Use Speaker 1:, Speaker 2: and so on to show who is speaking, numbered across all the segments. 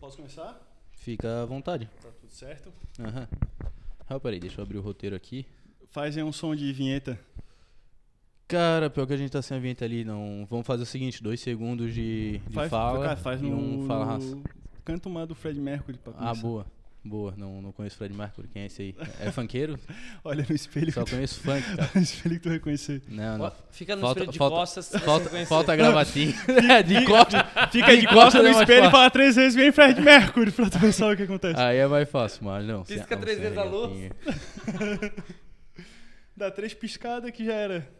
Speaker 1: Posso começar?
Speaker 2: Fica à vontade.
Speaker 1: Tá tudo certo?
Speaker 2: Aham. Ah, peraí, deixa eu abrir o roteiro aqui.
Speaker 1: Faz aí um som de vinheta.
Speaker 2: Cara, pior que a gente tá sem a vinheta ali, não. Vamos fazer o seguinte, dois segundos de, de
Speaker 1: Faz,
Speaker 2: fala
Speaker 1: cara, faz
Speaker 2: e
Speaker 1: no,
Speaker 2: um fala raça.
Speaker 1: no- Canta uma do Fred Mercury pra
Speaker 2: Ah,
Speaker 1: começar.
Speaker 2: boa. Boa, não, não conheço Fred Mercury, quem é esse aí? É funkeiro?
Speaker 1: Olha no espelho.
Speaker 2: Só
Speaker 1: que tu-
Speaker 2: conheço funk, cara.
Speaker 1: no espelho que tu reconhecer.
Speaker 2: Não, não.
Speaker 3: Fica no
Speaker 2: Falta-
Speaker 3: espelho de
Speaker 2: falta-
Speaker 3: costas. pra você
Speaker 2: Falta,
Speaker 3: conhecer.
Speaker 2: falta a gravatinha. É, de costas.
Speaker 1: Fica de
Speaker 2: De
Speaker 1: costas
Speaker 2: costas
Speaker 1: no
Speaker 2: é mais
Speaker 1: espelho e
Speaker 2: fácil.
Speaker 1: fala três vezes, vem Fred Mercury, pra tu pensar o que acontece.
Speaker 2: Aí é mais fácil, mas não. sem-
Speaker 3: Pisca
Speaker 2: não,
Speaker 3: três
Speaker 2: sem
Speaker 3: vezes a luz.
Speaker 2: gravatinha.
Speaker 1: Dá três piscadas que já era.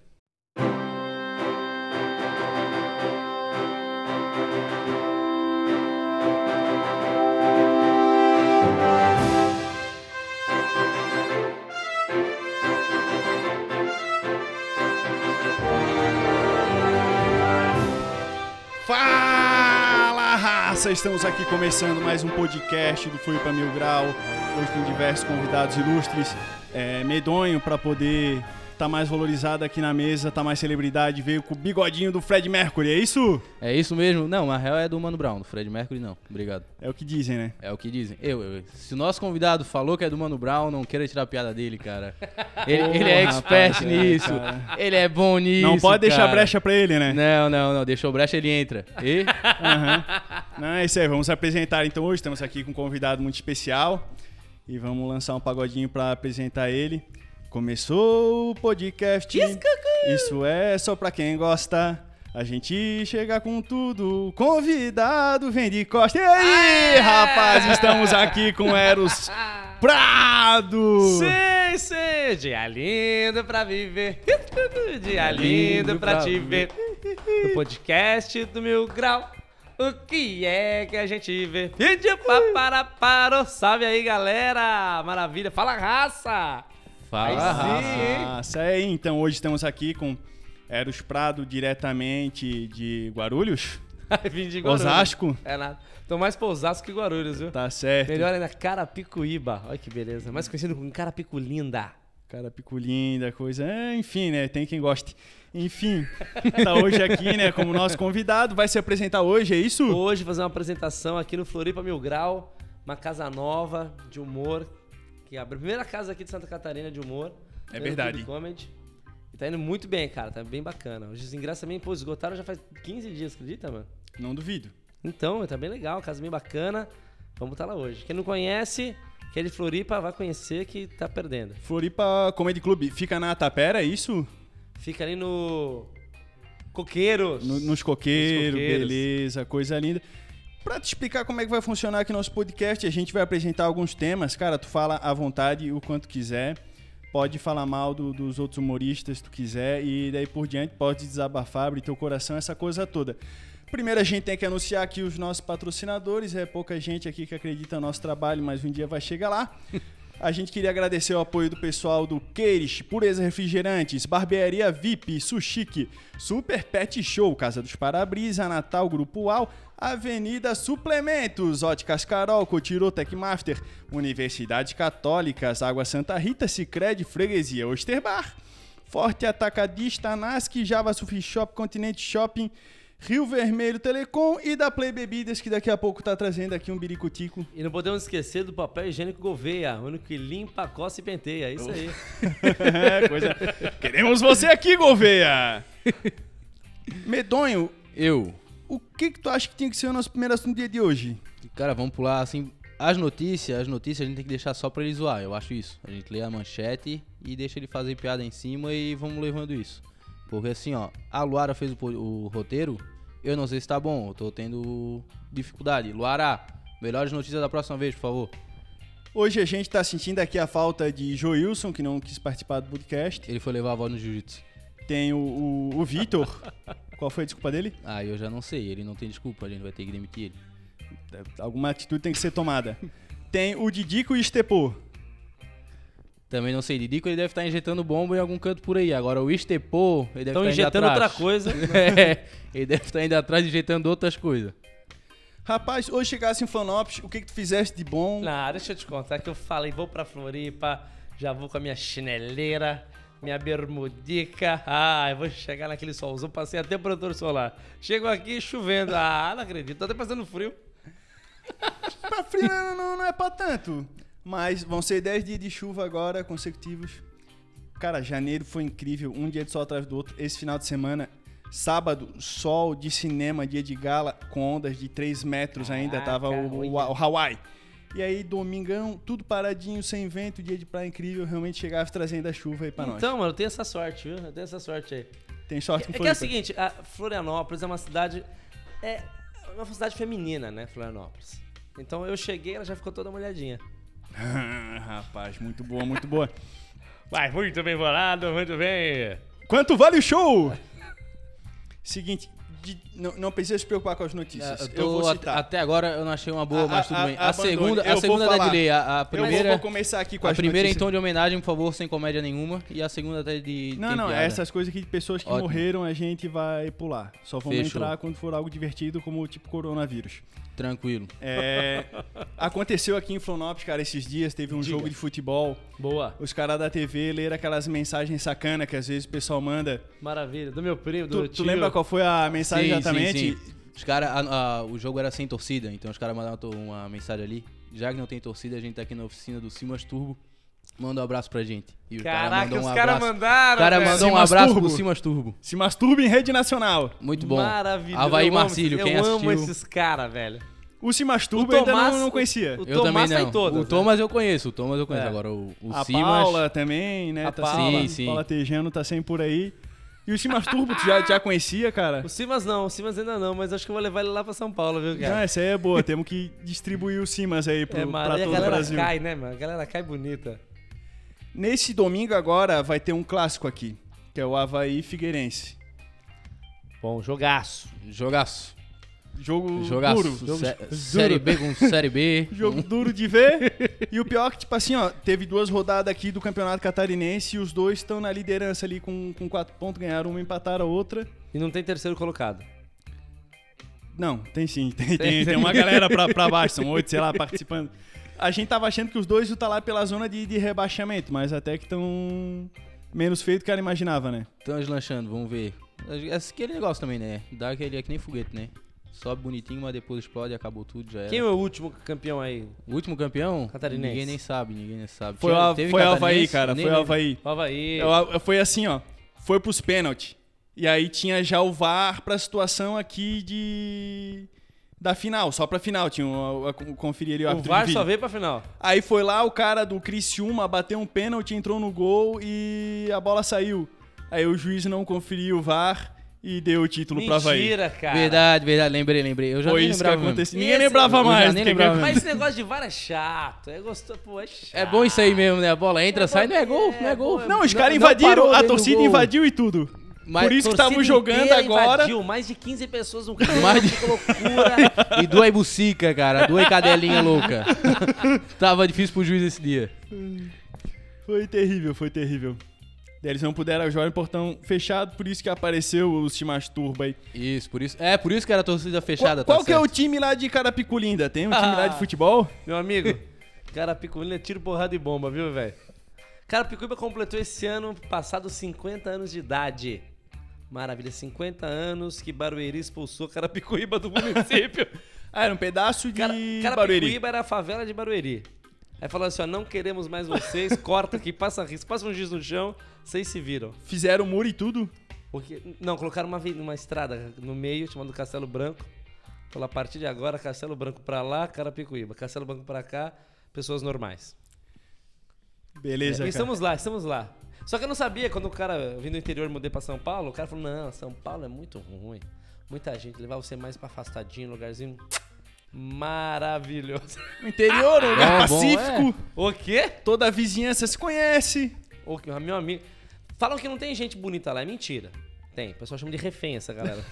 Speaker 1: Fala raça! Estamos aqui começando mais um podcast do Fui para Mil Grau, hoje com diversos convidados ilustres. É, medonho para poder estar mais valorizado aqui na mesa, tá mais celebridade, veio com o bigodinho do Fred Mercury, é isso?
Speaker 2: É isso mesmo? Não, na real é do Mano Brown, do Fred Mercury não. Obrigado.
Speaker 1: É o que dizem, né?
Speaker 2: É o que dizem. Eu, eu- se o nosso convidado falou que é do Mano Brown, não queira tirar a piada dele, cara. Ele, ele é
Speaker 1: Porra,
Speaker 2: expert
Speaker 1: cara.
Speaker 2: nisso. Ele é bom nisso.
Speaker 1: Não pode deixar
Speaker 2: cara.
Speaker 1: brecha pra ele, né?
Speaker 2: Não, não, não. Deixou brecha, ele entra. E?
Speaker 1: Não, é isso aí, vamos se apresentar então hoje. Estamos aqui com um convidado muito especial e vamos lançar um pagodinho para apresentar ele. Começou o podcast. Isso é só pra quem gosta. A gente chega com tudo. Convidado vem de costa. E aí, rapaz, estamos aqui com Eros Prado.
Speaker 3: Sim, sim, dia lindo pra viver, dia
Speaker 2: lindo
Speaker 3: lindo pra
Speaker 2: pra
Speaker 3: te ver.
Speaker 2: viver.
Speaker 3: No podcast do Mil Grau, o que é que a gente vê? Vídeo para paro, salve aí galera, maravilha, fala raça!
Speaker 2: Fala,
Speaker 3: Aí
Speaker 2: raça.
Speaker 3: sim.
Speaker 1: Ah, isso aí. Então hoje estamos aqui com Eros Prado diretamente de Guarulhos,
Speaker 3: Vim de Guarulhos.
Speaker 1: Osasco.
Speaker 3: É nada, tô mais pra Osasco que Guarulhos, viu?
Speaker 1: Tá certo.
Speaker 3: Melhor ainda, Carapicuíba, olha que beleza, mais conhecido como Carapiculinda.
Speaker 1: Cara piculinda, coisa. é, Enfim, né? Tem quem goste. Enfim, tá hoje aqui, né? Como nosso convidado. Vai se apresentar hoje, é isso?
Speaker 3: hoje fazer uma apresentação aqui no Floripa Mil Grau, uma casa nova de humor, que é a primeira casa aqui de Santa Catarina de humor.
Speaker 1: É
Speaker 3: Primeiro
Speaker 1: verdade.
Speaker 3: clube Comedy. E tá indo muito bem, cara, tá bem bacana. Os desingressos também, pô, esgotaram já faz 15 dias, acredita, mano?
Speaker 1: Não duvido.
Speaker 3: Então, tá bem legal, casa bem bacana. Vamos estar lá hoje. Quem não conhece, que é de Floripa, vai conhecer que tá perdendo.
Speaker 1: Floripa Comedy Club fica na Tapera, é isso?
Speaker 3: Fica ali no Coqueiros.
Speaker 1: No- nos coqueiros,
Speaker 3: Nos coqueiros.
Speaker 1: beleza, coisa linda. Pra te explicar como é que vai funcionar aqui nosso podcast, a gente vai apresentar alguns temas. Cara, tu fala à vontade o quanto quiser. Pode falar mal do- dos outros humoristas se tu quiser. E daí por diante pode desabafar, abrir teu coração, essa coisa toda. Primeiro a gente tem que anunciar aqui os nossos patrocinadores. É pouca gente aqui que acredita no nosso trabalho, mas um dia vai chegar lá. A gente queria agradecer o apoio do pessoal do Queires, Pureza Refrigerantes, Barbearia VIP, Sushiki, Super Pet Show, Casa dos Parabrisa, Natal Grupo UAU, Avenida Suplementos, Óticas Carol, Cotiro Tecmaster, Universidade Católicas, Água Santa Rita, Sicredi Freguesia, Osterbar. Forte Atacadista, Nasc, Java Surf Shop, Continente Shopping, Rio Vermelho Telecom e da Play Bebidas, que daqui a pouco tá trazendo aqui um biricutico.
Speaker 3: E não podemos esquecer do papel higiênico Gouveia, o único que limpa, coça e penteia. É isso aí.
Speaker 1: Coisa... Queremos você aqui, Gouveia! Medonho,
Speaker 2: Eu.
Speaker 1: o que que tu acha que tinha que ser o nosso primeiro assunto do dia de hoje?
Speaker 2: Cara, vamos pular assim. As notícias, as notícias a gente tem que deixar só pra ele zoar, eu acho isso. A gente lê a manchete e deixa ele fazer piada em cima e vamos levando isso. Porque assim, ó, a Luara fez o, po- o roteiro, eu não sei se tá bom, eu tô tendo dificuldade. Luara, melhores notícias da próxima vez, por favor.
Speaker 1: Hoje a gente tá sentindo aqui a falta de Joilson, que não quis participar do podcast.
Speaker 2: Ele foi levar a voz no jiu-jitsu.
Speaker 1: Tem o, o, o Vitor. Qual foi a desculpa dele?
Speaker 2: Ah, eu já não sei, ele não tem desculpa, a gente vai ter que demitir ele.
Speaker 1: Alguma atitude tem que ser tomada. Tem o Didico e o Estepô.
Speaker 2: Também não sei, Didico ele deve estar injetando bomba em algum canto por aí. Agora o Estepô, ele deve
Speaker 3: Estão
Speaker 2: estar
Speaker 3: injetando
Speaker 2: indo atrás.
Speaker 3: outra coisa.
Speaker 2: é, ele deve estar indo atrás injetando outras coisas.
Speaker 1: Rapaz, hoje chegasse em Fanópolis, o que, que tu fizeste de bom?
Speaker 3: Não, deixa eu te contar que eu falei, vou pra Floripa, já vou com a minha chineleira, minha bermudica. Ah, eu vou chegar naquele solzão, passei até o protetor solar. Chego aqui chovendo. Ah, não acredito, tô até passando tá frio.
Speaker 1: pra frio não, não- não é pra tanto. Mas vão ser 10 dias de chuva agora consecutivos. Cara, janeiro foi incrível, um dia de sol atrás do outro. Esse final de semana, sábado, sol de cinema, dia de gala, com ondas de 3 metros ainda,
Speaker 3: Caraca,
Speaker 1: tava o, o,
Speaker 3: olha.
Speaker 1: o Hawaii. E aí, domingão, tudo paradinho, sem vento, dia de praia incrível, realmente chegava trazendo a chuva aí pra nós.
Speaker 3: Então, mano, eu tenho essa sorte, viu? Eu tenho essa sorte aí.
Speaker 1: Tem sorte
Speaker 3: É
Speaker 1: com
Speaker 3: que é
Speaker 1: Floripa.
Speaker 3: o seguinte, a Florianópolis é uma cidade. É uma cidade feminina, né, Florianópolis? Então eu cheguei, ela já ficou toda molhadinha.
Speaker 1: Ah, Rapaz, muito boa, muito boa.
Speaker 3: Vai, muito bem volado, muito bem.
Speaker 1: Quanto vale o show? Seguinte, de- não, não precisa se preocupar com as notícias.
Speaker 2: É, Eu
Speaker 1: Eu,
Speaker 2: tô
Speaker 1: vou
Speaker 2: at-
Speaker 1: citar.
Speaker 2: Até agora eu não achei uma boa,
Speaker 1: A-
Speaker 2: mas
Speaker 1: a-
Speaker 2: tudo bem.
Speaker 1: a-
Speaker 2: A
Speaker 1: abandone.
Speaker 2: segunda,
Speaker 1: Eu
Speaker 2: a
Speaker 1: vou
Speaker 2: segunda da
Speaker 1: falar.
Speaker 2: delay. A, a
Speaker 1: eu vou-
Speaker 2: primeira,
Speaker 1: vou começar aqui com
Speaker 2: a
Speaker 1: as
Speaker 2: primeira em
Speaker 1: notícias.
Speaker 2: tom de homenagem, por favor, sem comédia nenhuma. E a segunda até de.
Speaker 1: Não,
Speaker 2: então tem
Speaker 1: não,
Speaker 2: piada.
Speaker 1: essas coisas aqui de pessoas que
Speaker 2: Ótimo.
Speaker 1: morreram a gente vai pular. Só vamos
Speaker 2: Fechou.
Speaker 1: entrar quando for algo divertido, como tipo coronavírus.
Speaker 2: Tranquilo.
Speaker 1: É, aconteceu aqui em Florianópolis, cara, esses dias teve um jogo de futebol.
Speaker 3: Boa.
Speaker 1: Os caras da TV leram aquelas mensagens sacanas que às vezes o pessoal manda.
Speaker 3: Maravilha. Do meu primo, do
Speaker 1: Tu,
Speaker 3: meu
Speaker 1: tu
Speaker 3: tio.
Speaker 1: lembra qual foi a mensagem
Speaker 2: Sim,
Speaker 1: exatamente?
Speaker 2: sim, sim. Os cara, a- a- o jogo era sem torcida, então os caras mandaram to- uma mensagem ali. Já que não tem torcida, a gente tá aqui na oficina do Simas Turbo. Manda um abraço pra gente. E o cara
Speaker 3: Caraca,
Speaker 2: mandou um
Speaker 3: os caras
Speaker 2: abraço.
Speaker 3: mandaram,
Speaker 2: O cara
Speaker 3: velho.
Speaker 2: mandou um
Speaker 1: Simas
Speaker 2: abraço
Speaker 1: Turbo.
Speaker 2: pro Simas Turbo.
Speaker 1: Se masturba em rede nacional.
Speaker 2: Muito bom.
Speaker 3: Maravilhoso.
Speaker 2: Havaí
Speaker 3: Eu amo
Speaker 2: Marcílio,
Speaker 3: esses-
Speaker 2: quem
Speaker 3: eu
Speaker 2: assistiu.
Speaker 3: amo esses caras, velho.
Speaker 1: O se
Speaker 3: O
Speaker 1: masturba ainda
Speaker 3: Tomás-
Speaker 1: não, não conhecia.
Speaker 3: o-
Speaker 2: Eu também
Speaker 3: Tomás tá em
Speaker 2: não.
Speaker 3: todas,
Speaker 2: o Thomas eu conheço, o Thomas eu conheço.
Speaker 3: É.
Speaker 2: Agora o, o
Speaker 1: A
Speaker 2: Simas.
Speaker 1: Paula também, né?
Speaker 2: A
Speaker 1: tá
Speaker 2: Paula.
Speaker 1: sempre-
Speaker 2: Sim, sim.
Speaker 1: Paula Tejano tá sempre por aí. E o Simas Turbo, tu já, já conhecia, cara?
Speaker 3: O Simas não, o Simas ainda não, mas acho que eu vou levar ele lá pra São Paulo, viu,
Speaker 1: Não,
Speaker 3: cara?
Speaker 1: essa aí é boa. Temos que distribuir o Simas aí pro,
Speaker 3: É,
Speaker 1: pra
Speaker 3: maravilha.
Speaker 1: todo
Speaker 3: E
Speaker 1: o
Speaker 3: a galera
Speaker 1: Brasil.
Speaker 3: cai, né, mano? A galera cai bonita.
Speaker 1: Nesse domingo agora vai ter um clássico aqui, que é o Havaí Figueirense.
Speaker 3: Bom, jogaço.
Speaker 2: Jogaço.
Speaker 1: Jogo
Speaker 2: Jogaço.
Speaker 1: duro. Jogo
Speaker 2: Sé-
Speaker 1: duro.
Speaker 2: série B com Série B.
Speaker 1: Jogo duro de ver. E o pior é que, tipo assim, ó, teve duas rodadas aqui do Campeonato Catarinense e os dois estão na liderança ali com, com quatro pontos, ganharam uma, empataram a outra.
Speaker 3: E não tem terceiro colocado.
Speaker 2: É.
Speaker 1: Não, tem sim. Tem, tem, tem uma galera pra, pra baixo, são oito, sei lá, participando. A gente tava achando que os dois iam estar lá pela zona de, de rebaixamento, mas até que estão menos feio do que ela imaginava, né?
Speaker 2: Estão deslanchando, vamos ver. É aquele negócio também, né? Dá aquele é que nem foguete, né? Sobe bonitinho, mas depois explode, acabou tudo, já era.
Speaker 3: Quem é o último campeão aí?
Speaker 2: O último campeão?
Speaker 3: Catarinense.
Speaker 2: Ninguém nem sabe, ninguém nem sabe.
Speaker 1: Foi,
Speaker 2: Tinha-
Speaker 1: o
Speaker 2: teve
Speaker 1: foi o Havaí,
Speaker 2: catarinense,
Speaker 1: cara,
Speaker 2: nem
Speaker 1: foi o
Speaker 2: lembro.
Speaker 1: Havaí.
Speaker 3: O Havaí.
Speaker 1: Eu- eu- Foi assim, ó, foi pros pênaltis. E aí tinha já o VAR pra situação aqui de... Da final, só pra final, tinha o, a, conferir ali o,
Speaker 3: O
Speaker 1: árbitro de
Speaker 3: VAR
Speaker 1: vídeo.
Speaker 3: só veio pra final.
Speaker 1: Aí foi lá o cara do Criciúma, bateu um pênalti, entrou no gol e a bola saiu. Aí o juiz não conferiu o VAR e deu o título pra Havaí.
Speaker 3: Mentira, cara.
Speaker 2: Verdade, verdade, lembrei, lembrei. Eu já
Speaker 1: Foi
Speaker 2: nem
Speaker 1: isso que
Speaker 2: lembrava mesmo.
Speaker 1: aconteceu.
Speaker 3: mesmo.
Speaker 1: Ninguém lembrava
Speaker 2: Esse-
Speaker 1: mais.
Speaker 2: Eu nem
Speaker 1: quem
Speaker 2: lembrava
Speaker 1: ganhou-
Speaker 2: mesmo.
Speaker 3: Mas esse negócio de VAR é chato. É gostoso, pô, é chato.
Speaker 2: É bom isso aí mesmo, né? A bola entra, sai, não é gol,
Speaker 3: é
Speaker 2: não é gol.
Speaker 3: bom, é
Speaker 1: Não, os
Speaker 2: Não-
Speaker 1: caras
Speaker 2: não parou
Speaker 1: invadiram, a
Speaker 2: dentro do
Speaker 1: torcida
Speaker 2: gol.
Speaker 1: invadiu e tudo.
Speaker 2: Mas
Speaker 1: Por isso que
Speaker 3: Torcida
Speaker 1: estavam jogando
Speaker 3: inteira
Speaker 1: agora.
Speaker 3: Invadiu mais de 15 pessoas no campo.
Speaker 2: Mais de-
Speaker 3: Que loucura.
Speaker 2: E duas bucica, cara, duas cadelinha louca. Tava difícil pro juiz esse dia.
Speaker 1: Foi terrível, foi terrível. Daí Eles não puderam jogar em portão fechado, por isso que apareceu o Simasturba aí.
Speaker 2: Isso, por isso. É, por isso que era a torcida fechada,
Speaker 1: Qual, qual
Speaker 2: tá
Speaker 1: que é o
Speaker 2: certo. Ah.
Speaker 1: time lá de Carapiculinda? Tem um time lá de futebol?
Speaker 3: Meu amigo, cara, Picuíba é tiro, porrada e bomba, viu, velho? Cara, Picuíba completou esse ano passado 50 anos de idade. Maravilha, 50 anos que Barueri expulsou Carapicuíba do município.
Speaker 1: Ah, era um pedaço de
Speaker 3: Cara,
Speaker 1: Barueri.
Speaker 3: Carapicuíba era a favela de Barueri. Aí falou assim, ó, não queremos mais vocês, corta aqui, passa risco, passa um giz no chão, vocês se viram.
Speaker 1: Fizeram muro e tudo.
Speaker 3: Porque, não, colocaram uma, avenida- uma estrada no meio, chamando Castelo Branco. Falou, a partir de agora, Castelo Branco pra lá, Carapicuíba. Castelo Branco pra cá, pessoas normais.
Speaker 1: Beleza,
Speaker 3: E
Speaker 1: cara.
Speaker 3: estamos lá, estamos lá. Só que eu não sabia, quando o cara eu vim do interior mudei pra São Paulo, o cara falou, não, São Paulo é muito ruim. Muita gente, levar você mais pra afastadinho, lugarzinho maravilhoso.
Speaker 1: No interior, um lugar
Speaker 2: É, bom, é.
Speaker 1: pacífico.
Speaker 3: O quê?
Speaker 1: Toda a vizinhança se conhece.
Speaker 3: O que, meu amigo. Falam que não tem gente bonita lá, é mentira. Tem, o pessoal chama de refém essa galera.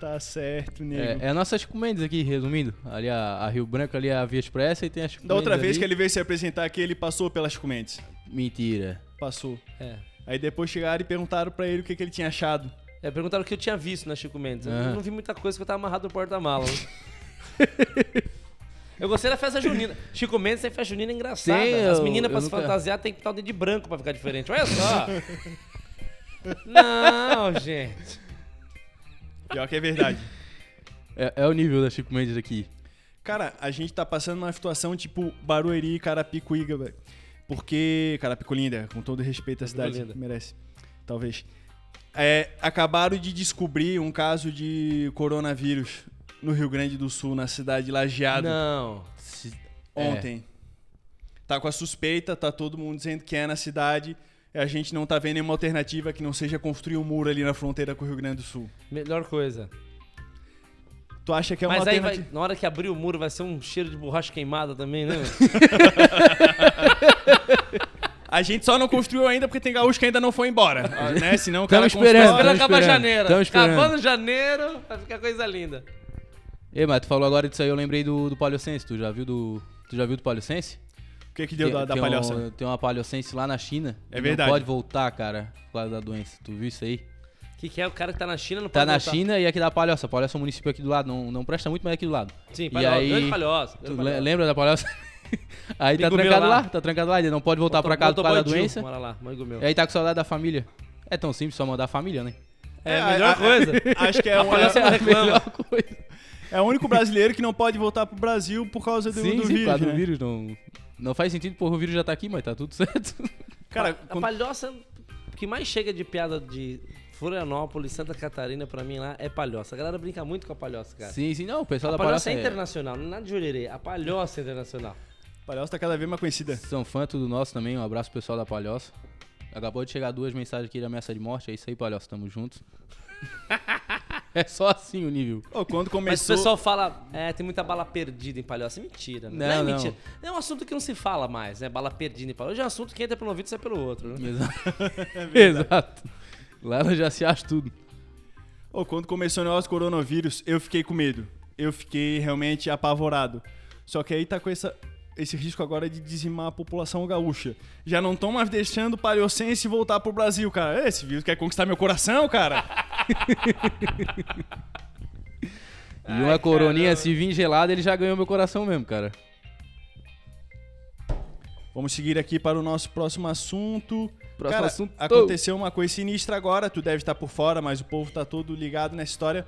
Speaker 1: Tá certo, nego.
Speaker 2: É, é nossas comendas aqui, resumindo. Ali a, a Rio Branco, ali a Via Expressa e tem as
Speaker 1: Da outra
Speaker 2: comendas
Speaker 1: vez que
Speaker 2: ali.
Speaker 1: ele veio se apresentar aqui, ele passou pelas comentes.
Speaker 2: Mentira.
Speaker 1: Passou.
Speaker 3: É.
Speaker 1: Aí depois chegaram e perguntaram pra ele o que, que ele tinha achado.
Speaker 3: É, perguntaram o que eu tinha visto na Chico Mendes. Eu
Speaker 2: Ah.
Speaker 3: não vi muita coisa porque eu tava amarrado no porta-mala. eu gostei da festa junina. Chico Mendes tem festa junina engraçada.
Speaker 2: Tem,
Speaker 3: As
Speaker 2: eu-
Speaker 3: meninas pra
Speaker 2: eu
Speaker 3: se
Speaker 2: nunca-
Speaker 3: fantasiar tem que estar o dedo de branco pra ficar diferente. Olha só! não, gente.
Speaker 1: Pior que é verdade.
Speaker 2: É, é o nível da Chico Mendes aqui.
Speaker 1: Cara, a gente tá passando numa situação tipo Barueri, Carapicuíba, velho. Porque. Carapiculinda, com todo respeito à cidade,
Speaker 3: Carapiculinda.
Speaker 1: merece. Talvez. É, acabaram de descobrir um caso de coronavírus no Rio Grande do Sul, na cidade de Lajeado,
Speaker 3: Não.
Speaker 2: Se-
Speaker 1: ontem. Tá com a suspeita, tá todo mundo dizendo que é na cidade. e A gente não tá vendo nenhuma alternativa que não seja construir um muro ali na fronteira com o Rio Grande do Sul.
Speaker 3: Melhor coisa.
Speaker 1: Tu acha que é uma
Speaker 3: Mas aí, vai,
Speaker 1: alternativa?
Speaker 3: na hora que abrir o muro, vai ser um cheiro de borracha queimada também, né?
Speaker 1: A gente só não construiu ainda porque tem gaúcho que ainda não foi embora. ah, né? Senão o cara
Speaker 2: Tamo
Speaker 1: constrói-
Speaker 2: esperando.
Speaker 3: Agora acaba
Speaker 2: esperando,
Speaker 3: janeiro.
Speaker 2: tamo esperando.
Speaker 3: Acabando janeiro, vai ficar coisa linda.
Speaker 2: Ei, mas tu falou agora disso aí, eu lembrei do, do Paleocense. Tu já viu do. Tu já viu do Paleocense?
Speaker 1: O que, que deu da, da
Speaker 2: tem
Speaker 1: palhoça?
Speaker 2: Um, tem uma palhocense lá na China.
Speaker 1: É
Speaker 2: que
Speaker 1: verdade.
Speaker 2: Não pode voltar, cara, por causa da doença. Tu viu isso aí?
Speaker 3: O que, que é? O cara que tá na China não
Speaker 2: Tá
Speaker 3: pode
Speaker 2: na
Speaker 3: voltar.
Speaker 2: China e aqui da Palhoça. Palhoça é um município aqui do lado. Não, não presta muito, mas é aqui do lado.
Speaker 3: Sim,
Speaker 2: E
Speaker 3: palhoça.
Speaker 2: aí,
Speaker 3: Grande palhoça. grande
Speaker 2: Tu le-
Speaker 3: palhoça.
Speaker 2: lembra da Palhoça? aí tá
Speaker 3: Amigo meu
Speaker 2: trancado lá.
Speaker 3: lá.
Speaker 2: Tá trancado lá. Ele não pode voltar pra
Speaker 3: Motoboy
Speaker 2: casa por causa da
Speaker 3: Gil,
Speaker 2: doença.
Speaker 3: Mora lá, amigo meu.
Speaker 2: E aí tá com saudade da família. É tão simples só mandar a família, né?
Speaker 3: É a melhor coisa.
Speaker 1: Acho que é, um,
Speaker 3: palhoça- Você
Speaker 1: é,
Speaker 3: não
Speaker 2: a
Speaker 3: reclama.
Speaker 2: melhor coisa.
Speaker 1: o único brasileiro que não pode voltar pro Brasil por causa do,
Speaker 2: sim,
Speaker 1: do
Speaker 2: sim,
Speaker 1: vírus.
Speaker 2: claro,
Speaker 1: né?
Speaker 2: o vírus não... Não faz sentido, porra, o vírus já tá aqui, mas tá tudo certo.
Speaker 1: Cara,
Speaker 3: A
Speaker 1: quando-
Speaker 3: palhoça que mais chega de piada de Florianópolis, Santa Catarina, pra mim lá, é palhoça. A galera brinca muito com a palhoça, cara.
Speaker 2: Sim, sim, não, o pessoal da
Speaker 3: A palhoça
Speaker 2: Palhoça
Speaker 3: é
Speaker 2: é...
Speaker 3: internacional, não é nada de jurerê. A palhoça é internacional.
Speaker 1: Palhoça tá cada vez mais conhecida.
Speaker 2: São fã tudo nosso também, um abraço pro pessoal da Palhoça. Acabou de chegar duas mensagens aqui de ameaça de morte, é isso aí, Palhoça, tamo junto. é só assim o nível.
Speaker 1: Ô, quando
Speaker 3: Mas o
Speaker 1: começou.
Speaker 3: pessoal fala, é, tem muita bala perdida em palhoça. É mentira. né?
Speaker 2: Não,
Speaker 3: é
Speaker 2: não.
Speaker 3: mentira. É um assunto que não se fala mais, né? Bala perdida em palhoça. Hoje é um assunto que entra pelo ouvido e sai pelo outro, né?
Speaker 2: Exato.
Speaker 1: É
Speaker 2: Exato. Lá ela já se acha tudo.
Speaker 1: Ô, quando começou o negócio do coronavírus, eu fiquei com medo. Eu fiquei realmente apavorado. Só que aí tá com essa- esse risco agora de dizimar a população gaúcha. Já não tão mais deixando o paliocense voltar pro Brasil, cara. Esse vírus quer conquistar meu coração, cara.
Speaker 2: E uma coroninha, se vir gelada, ele já ganhou meu coração mesmo, cara.
Speaker 1: Vamos seguir aqui para o nosso próximo assunto.
Speaker 2: Próximo
Speaker 1: Cara,
Speaker 2: assunto.
Speaker 1: aconteceu uma coisa sinistra agora, tu deve estar por fora, mas o povo tá todo ligado na história.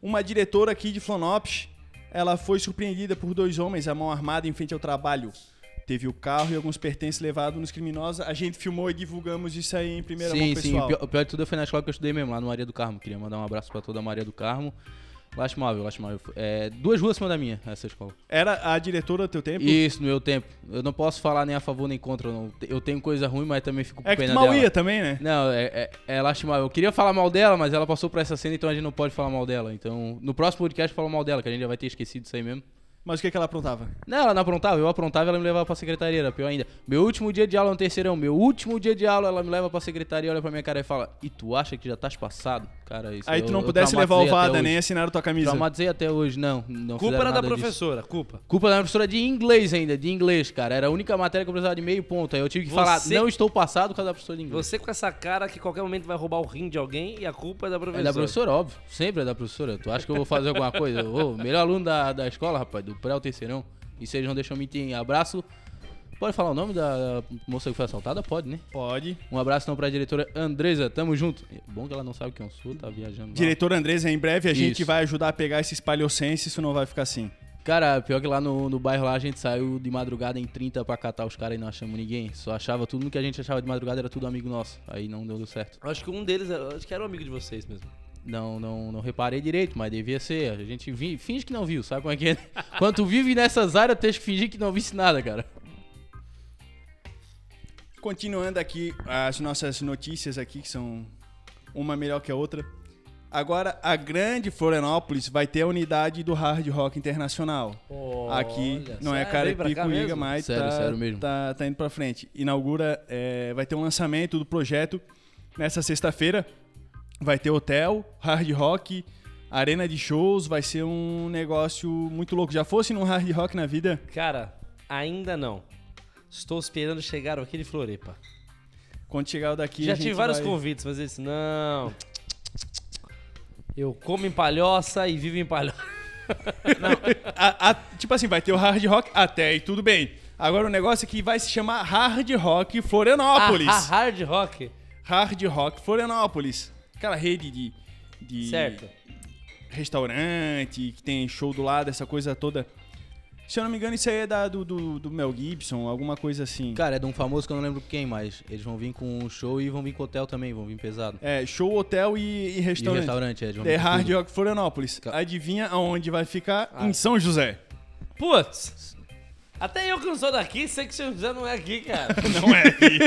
Speaker 1: Uma diretora aqui de Florianópolis, ela foi surpreendida por dois homens à mão armada em frente ao trabalho. Teve o carro e alguns pertences levados nos criminosos. A gente filmou e divulgamos isso aí em primeira mão,
Speaker 2: Sim, sim. O
Speaker 1: pessoal.
Speaker 2: pior, o pior de tudo foi na escola que eu estudei mesmo, lá no Maria do Carmo. Queria mandar um abraço pra toda a Maria do Carmo. Lastimável, lastimável. É, duas ruas acima da minha, essa escola.
Speaker 1: Era a diretora do teu tempo?
Speaker 2: Isso, no meu tempo. Eu não posso falar nem a favor nem contra. Eu, não- eu tenho coisa ruim, mas também fico com
Speaker 1: É que
Speaker 2: pena
Speaker 1: tu mal
Speaker 2: dela.
Speaker 1: ia também, né?
Speaker 2: Não, é, é, é lastimável. Eu queria falar mal dela, mas ela passou por essa cena, então a gente não pode falar mal dela. Então, no próximo podcast eu falo mal dela, que a gente já vai ter esquecido isso aí mesmo.
Speaker 1: Mas o que, que ela aprontava?
Speaker 2: Não, ela não aprontava, eu aprontava e ela me levava pra secretaria, era pior ainda. Meu último dia de aula no terceirão, meu último dia de aula, ela me leva pra secretaria, olha pra minha cara e fala: E tu acha que já estás passado? Cara, isso
Speaker 1: Aí
Speaker 2: eu-
Speaker 1: tu não
Speaker 2: eu
Speaker 1: pudesse levar o
Speaker 2: traumatizei até
Speaker 1: VADA,
Speaker 2: hoje.
Speaker 1: nem assinaram tua camisa.
Speaker 2: Traumatizei até hoje, não. não
Speaker 3: Culpa
Speaker 2: fizeram
Speaker 3: era da
Speaker 2: nada disso.
Speaker 3: professora, culpa.
Speaker 2: Culpa da minha professora de inglês ainda, de inglês, cara. Era a única matéria que eu precisava de meio ponto. Aí eu tive que falar,
Speaker 3: Você-
Speaker 2: não estou passado por causa da professora de inglês.
Speaker 3: Você com essa cara que qualquer momento vai roubar o rim de alguém e a culpa é da professora.
Speaker 2: É da professora, óbvio. Sempre é da professora. Tu acha que eu vou fazer alguma coisa? Ô, melhor aluno da, da escola, rapaz, do pré ao terceirão. Isso eles não deixam mentir. Abraço. Pode falar o nome da moça que foi assaltada? Pode, né?
Speaker 1: Pode.
Speaker 2: Um abraço então pra diretora Andresa, tamo junto. É Bom que ela não sabe quem eu sou, tá viajando. lá.
Speaker 1: Diretor Andresa, em breve a gente
Speaker 2: Isso.
Speaker 1: vai ajudar a pegar esses paliocenses, isso não vai ficar assim.
Speaker 2: Cara, pior que lá no, no bairro lá a gente saiu de madrugada em 30 pra catar os caras e não achamos ninguém. Só achava tudo que a gente achava de madrugada era tudo amigo nosso. Aí não deu certo.
Speaker 3: Acho que um deles, eu acho que era um amigo de vocês mesmo.
Speaker 2: Não, não, não reparei direito, mas devia ser. A gente vi, finge que não viu, sabe como é que é? Quando tu vive nessas áreas, tens que fingir que não visse nada, cara.
Speaker 1: Continuando aqui as nossas notícias aqui, que são uma melhor que a outra. Agora, a grande Florianópolis vai ter a unidade do Hard Rock Internacional.
Speaker 3: Olha,
Speaker 1: aqui, não é
Speaker 3: sério? Veio pra cá
Speaker 1: Carapicuíga,
Speaker 3: mesmo?
Speaker 1: mas
Speaker 2: Sério,
Speaker 1: tá,
Speaker 2: sério mesmo.
Speaker 1: Tá, tá indo pra frente. Inaugura, é, vai ter um lançamento do projeto nessa sexta-feira. Vai ter hotel, Hard Rock, arena de shows, vai ser um negócio muito louco. Já fosse num Hard Rock na vida?
Speaker 3: Cara, ainda não. Estou esperando chegar aqui de Floripa.
Speaker 1: Quando chegar o daqui, a
Speaker 3: Já
Speaker 1: gente
Speaker 3: tive vários
Speaker 1: vai...
Speaker 3: convites, mas eu disse, não. Eu como em palhoça e vivo em palhoça.
Speaker 1: A- a- tipo assim, vai ter o hard rock até aí, tudo bem. Agora o negócio é que vai se chamar Hard Rock Florianópolis.
Speaker 3: Ah, ah, hard rock.
Speaker 1: Hard Rock Florianópolis. Aquela rede de. de
Speaker 3: Certo.
Speaker 1: restaurante, que tem show do lado, essa coisa toda. Se eu não me engano, isso aí é da, do, do, do Mel Gibson, alguma coisa assim.
Speaker 2: Cara, é de um famoso que eu não lembro quem, mas eles vão vir com um show e vão vir com hotel também, vão vir pesado.
Speaker 1: É, show, hotel e, e
Speaker 2: E o
Speaker 1: restaurante.
Speaker 2: restaurante, é, de
Speaker 1: The Hard Rock Florianópolis. Adivinha aonde vai ficar?
Speaker 3: Ah.
Speaker 1: Em São José.
Speaker 3: Putz! Até eu que não sou daqui, sei que o São José não é aqui, cara.
Speaker 1: Não é aqui.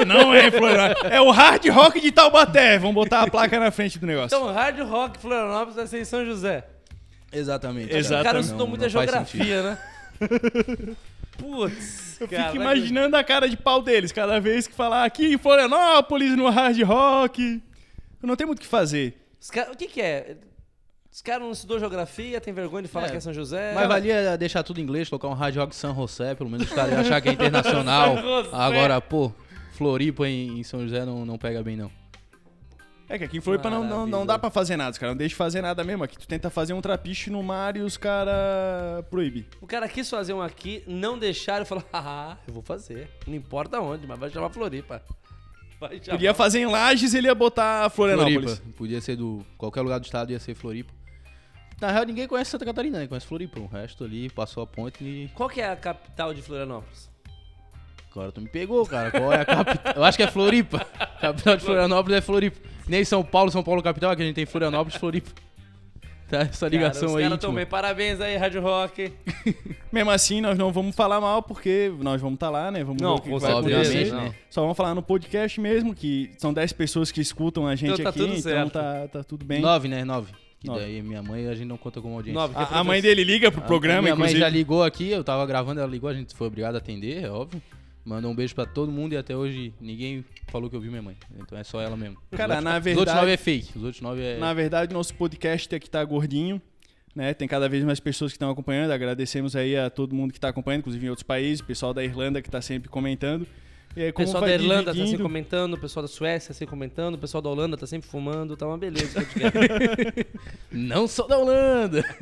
Speaker 1: Não é em Florianópolis. É o Hard Rock de Taubaté. Vamos botar a placa na frente do negócio.
Speaker 3: Então, Hard Rock Florianópolis vai ser em São José.
Speaker 2: Exatamente.
Speaker 1: Exato.
Speaker 3: Cara, eu
Speaker 1: Não,
Speaker 3: estudou muita
Speaker 2: não faz
Speaker 3: geografia, né? Putz,
Speaker 1: Eu
Speaker 3: cara,
Speaker 1: fico imaginando a cara de pau deles cada vez que falar aqui em Florianópolis, no Hard Rock. Não tem muito o que fazer.
Speaker 3: Os cara- o que que é? Os caras não estudou geografia, tem vergonha de falar
Speaker 2: É.
Speaker 3: que é São José.
Speaker 2: Mas valia deixar tudo em inglês, colocar um Hard Rock San José, pelo menos os caras iam achar que é internacional.
Speaker 3: San José.
Speaker 2: Agora, pô, Floripa em, em São José não, não pega bem, não.
Speaker 1: É que aqui em Floripa não, não, não dá pra fazer nada, os caras não deixam fazer nada mesmo. Aqui tu tenta fazer um trapiche no mar e os caras proíbem.
Speaker 3: O cara quis fazer um aqui, não deixaram e falou: ah, eu vou fazer. Não importa onde, mas vai chamar Floripa. Vai chamar.
Speaker 1: Ele ia fazer em Lages ele ia botar Florianópolis.
Speaker 2: Floripa. Podia ser do. Qualquer lugar do estado ia ser Floripa. Na real, ninguém conhece Santa Catarina, né? Conhece Floripa. O resto ali passou a ponte e.
Speaker 3: Qual que é a capital de Florianópolis?
Speaker 2: Agora tu me pegou, cara. Qual é a capital? Eu acho que é Floripa. Capital de Florianópolis é Floripa. Nem São Paulo, São Paulo capital, é que a gente tem Florianópolis e Floripa. Tá essa ligação
Speaker 3: cara, os
Speaker 2: aí.
Speaker 3: caras tão
Speaker 2: íntima.
Speaker 3: bem. Parabéns aí, Rádio Rock.
Speaker 1: Mesmo assim, nós não vamos falar mal, porque nós vamos estar lá, né? Vamos ver
Speaker 3: Não,
Speaker 1: o que
Speaker 3: com
Speaker 1: que vai
Speaker 3: certeza, né?
Speaker 1: acontecer.
Speaker 3: não.
Speaker 1: Só vamos falar no podcast mesmo, que são 10 pessoas que escutam a gente
Speaker 3: Então tá
Speaker 1: aqui,
Speaker 3: tudo
Speaker 1: então
Speaker 3: certo.
Speaker 1: tá, tá tudo bem.
Speaker 2: Nove, né? Nove. Que
Speaker 1: Nove.
Speaker 2: daí minha mãe a gente não conta como audiência.
Speaker 3: Nove, que é
Speaker 1: A, a mãe
Speaker 3: professor. Ah,
Speaker 1: dele liga pro
Speaker 2: A-
Speaker 1: programa,
Speaker 2: Minha
Speaker 1: inclusive.
Speaker 2: mãe já ligou aqui, eu tava gravando, ela ligou, a gente foi obrigado a atender, é óbvio. Mandou um beijo pra todo mundo e até hoje ninguém falou que eu vi minha mãe. Então é só ela mesmo.
Speaker 1: Cara,
Speaker 2: Os outros-
Speaker 1: na
Speaker 2: Os outros
Speaker 1: verdade-
Speaker 2: nove é fake. Os outros nove é.
Speaker 1: Na verdade, nosso podcast aqui tá gordinho, né? Tem cada vez mais pessoas que estão acompanhando. Agradecemos aí a todo mundo que tá acompanhando, inclusive em outros países, o pessoal da Irlanda que tá sempre comentando. E aí,
Speaker 3: O
Speaker 1: como
Speaker 3: pessoal
Speaker 1: vai
Speaker 3: da Irlanda tá sempre
Speaker 1: dividindo-
Speaker 3: comentando, o pessoal da Suécia tá sempre comentando, o pessoal da Holanda tá sempre fumando, tá uma beleza.
Speaker 1: É,
Speaker 2: Não sou da Holanda!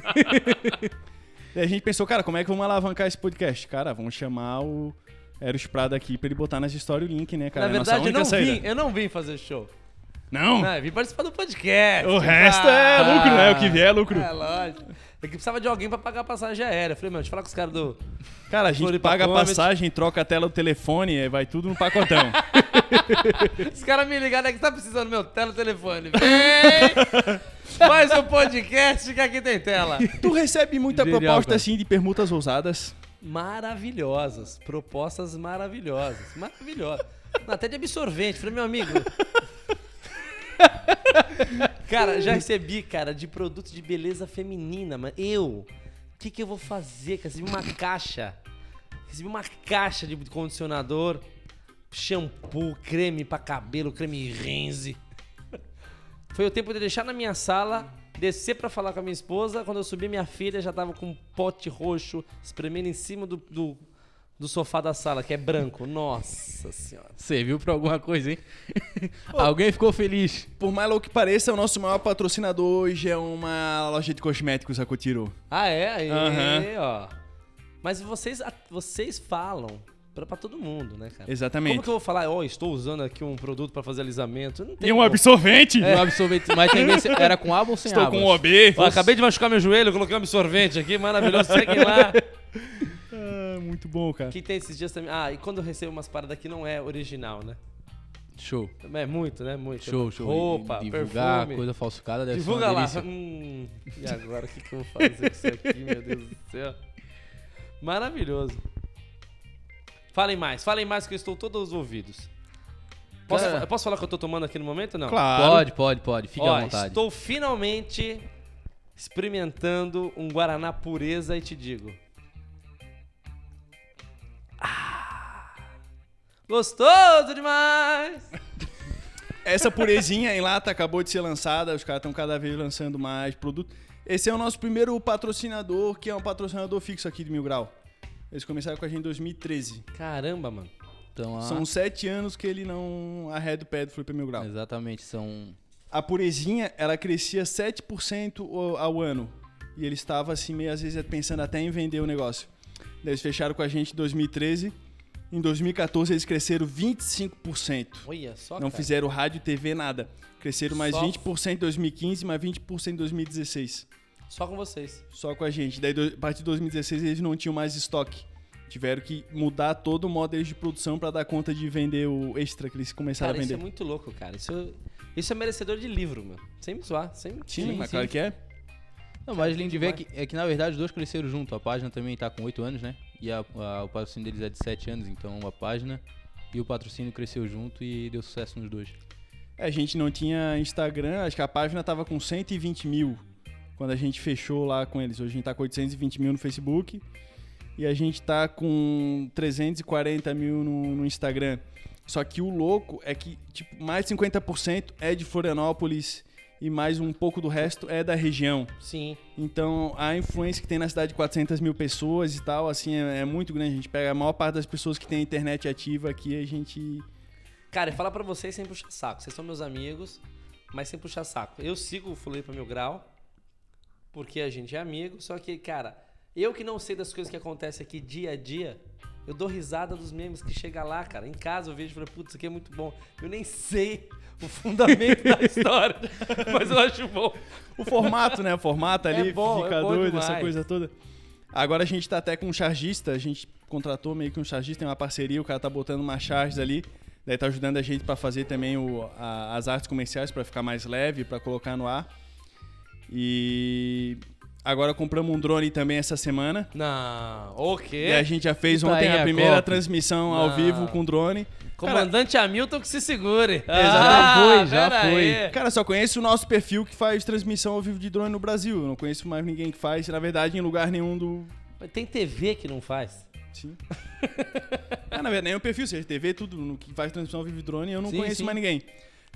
Speaker 1: E a gente pensou, cara, como é que vamos alavancar esse podcast? Cara, vamos chamar o Eros Prada aqui pra ele botar nas histórias o link, né, cara?
Speaker 3: Na
Speaker 1: É a nossa
Speaker 3: verdade, eu
Speaker 1: única
Speaker 3: não
Speaker 1: saída.
Speaker 3: vim, eu não vim fazer show.
Speaker 1: Não?
Speaker 3: Não, eu vim participar do podcast.
Speaker 1: O resto é
Speaker 3: Ah.
Speaker 1: lucro, né? O que vier é lucro.
Speaker 3: É, lógico. É que precisava de alguém pra pagar a passagem aérea. Eu Falei, meu, deixa eu falar com os caras do.
Speaker 1: Cara, a gente
Speaker 3: Floripa
Speaker 1: paga a
Speaker 3: Comet.
Speaker 1: passagem, troca a tela do telefone, é, vai tudo no pacotão.
Speaker 3: Os caras me ligaram, é que tá precisando do meu tela e telefone. Vem! Faz o podcast que aqui tem tela.
Speaker 1: tu recebe muita
Speaker 2: Genial,
Speaker 1: proposta,
Speaker 2: cara.
Speaker 1: assim, de permutas ousadas.
Speaker 3: Maravilhosas. Propostas maravilhosas. Maravilhosas. Até de absorvente. Falei, meu amigo. cara, já recebi, cara, de produto de beleza feminina, mas eu. O que, que eu vou fazer? cara? Recebi uma caixa. Recebi uma caixa de condicionador, shampoo, creme pra cabelo, creme rinse. Foi o tempo de deixar na minha sala, descer pra falar com a minha esposa. Quando eu subi, minha filha já tava com um pote roxo espremendo em cima do, do, do sofá da sala, que é branco. Nossa senhora.
Speaker 2: Serviu pra alguma coisa, hein? Alguém ficou feliz.
Speaker 1: Por mais louco que pareça, o nosso maior patrocinador hoje é uma loja de cosméticos, a Cotiro.
Speaker 3: Ah, é? Aí,
Speaker 1: Aham.
Speaker 3: ó. Mas vocês, vocês falam pra, pra todo mundo, né, cara?
Speaker 1: Exatamente.
Speaker 3: Como que eu vou falar, ó, estou usando aqui um produto pra fazer alisamento? Não tem
Speaker 1: E um
Speaker 3: como.
Speaker 1: absorvente?
Speaker 3: É.
Speaker 2: Um absorvente. Mas tem que ver se era com aba ou sem
Speaker 1: Estou
Speaker 2: aba.
Speaker 1: com um OB.
Speaker 3: Ó, acabei de machucar meu joelho, coloquei um absorvente aqui, maravilhoso, segue lá.
Speaker 1: Ah, muito bom, cara.
Speaker 3: Que tem esses dias também. Ah, e quando eu recebo umas paradas que não é original, né?
Speaker 2: Show,
Speaker 3: É muito, né? Muito.
Speaker 2: show, show.
Speaker 3: Roupa,
Speaker 2: E divulgar
Speaker 3: perfume.
Speaker 2: coisa falsificada deve
Speaker 3: Divulga
Speaker 2: ser uma
Speaker 3: lá.
Speaker 2: delícia.
Speaker 3: Hum, e agora, o que, que eu vou fazer com isso aqui, meu Deus do céu? Maravilhoso. Falem mais, falem mais que eu estou todos ouvidos. Posso,
Speaker 2: Cara.
Speaker 3: eu posso falar o que eu tô tomando aqui no momento ou não?
Speaker 1: Claro.
Speaker 2: Pode, pode, pode. Fica
Speaker 3: Ó,
Speaker 2: É. à vontade.
Speaker 3: estou finalmente experimentando um Guaraná pureza e te digo. Ah, gostoso demais!
Speaker 1: Essa purezinha em lata acabou de ser lançada, os caras estão cada vez lançando mais produto. Esse é o nosso primeiro patrocinador, que é um patrocinador fixo aqui do Mil Grau. Eles começaram com a gente em 2013.
Speaker 3: Caramba, mano.
Speaker 2: Então, ah,
Speaker 3: um
Speaker 1: São sete anos que ele não arreda o pé do Floripa Mil Grau.
Speaker 2: Exatamente, são.
Speaker 1: A purezinha, ela crescia 7% ao- ao ano. E ele estava assim, meio às vezes pensando até em vender o negócio. Daí Eles fecharam com a gente em 2013. Em 2014 eles cresceram 25%.
Speaker 3: Olha só,
Speaker 1: Não
Speaker 3: cara.
Speaker 1: fizeram rádio, TV, nada. Cresceram mais
Speaker 3: Só-
Speaker 1: 20% em 2015, mais 20% em 2016.
Speaker 3: Só com vocês.
Speaker 1: Só com a gente. Daí, do- a partir de 2016, eles não tinham mais estoque. Tiveram que mudar todo o modo deles de produção pra dar conta de vender o extra que eles começaram a
Speaker 3: Cara, isso
Speaker 1: vender.
Speaker 3: é muito louco, cara. Isso, isso é merecedor de livro, meu. Sem me zoar, sem...
Speaker 1: Sim,
Speaker 3: sem-
Speaker 1: mas
Speaker 3: sem-
Speaker 1: claro que é.
Speaker 2: Não, mas a gente vê que, é que na verdade os dois cresceram junto. A página também tá com 8 anos, né? E a- a- o patrocínio deles é de 7 anos, então a página e o patrocínio cresceu junto e deu sucesso nos dois.
Speaker 1: É, A gente não tinha Instagram, acho que a página tava com 120 mil quando a gente fechou lá com eles. Hoje a gente tá com 820 mil no Facebook e a gente tá com 340 mil no, no Instagram. Só que o louco é que tipo, mais de 50% é de Florianópolis e mais um pouco do resto é da região.
Speaker 3: Sim.
Speaker 1: Então, a influência que tem na cidade de 400 mil pessoas e tal, assim, é, é muito grande. A gente pega a maior parte das pessoas que tem internet ativa aqui, a gente...
Speaker 3: Cara, eu falar pra vocês sem puxar saco. Vocês são meus amigos, mas sem puxar saco. Eu sigo o Fuleipa Mil Grau, porque a gente é amigo, só que, cara, eu que não sei das coisas que acontecem aqui dia a dia, eu dou risada dos memes que chega lá, cara. Em casa eu vejo e falo, putz, isso aqui é muito bom. Eu nem sei o fundamento da história, mas eu acho bom.
Speaker 1: O formato, né? O formato ali
Speaker 3: É bom,
Speaker 1: fica
Speaker 3: é bom
Speaker 1: doido,
Speaker 3: demais.
Speaker 1: essa coisa toda. Agora a gente tá até com um chargista, a gente contratou meio que um chargista, tem uma parceria, o cara tá botando umas charges ali, daí tá ajudando a gente pra fazer também o- a- as artes comerciais pra ficar mais leve, pra colocar no ar. E agora compramos um drone também essa semana.
Speaker 3: Não, o
Speaker 1: E a
Speaker 3: quê?
Speaker 1: gente já fez
Speaker 2: Tá
Speaker 1: ontem
Speaker 2: aí
Speaker 1: a
Speaker 2: a
Speaker 1: primeira
Speaker 2: copy.
Speaker 1: transmissão ao
Speaker 3: Não.
Speaker 1: vivo com drone. Cara,
Speaker 3: Comandante Hamilton que se segure. Ah,
Speaker 2: foi, já
Speaker 3: pera
Speaker 2: foi.
Speaker 3: aí.
Speaker 1: Cara, só conheço o nosso perfil que faz transmissão ao vivo de drone no Brasil. Eu não conheço mais ninguém que faz, na verdade, em lugar nenhum do,
Speaker 3: Mas Tem TV que não faz.
Speaker 1: Sim. ah, na verdade, nem o perfil, seja TV, tudo no que faz transmissão ao vivo de drone, eu não
Speaker 2: Sim,
Speaker 1: conheço
Speaker 2: sim.
Speaker 1: mais ninguém.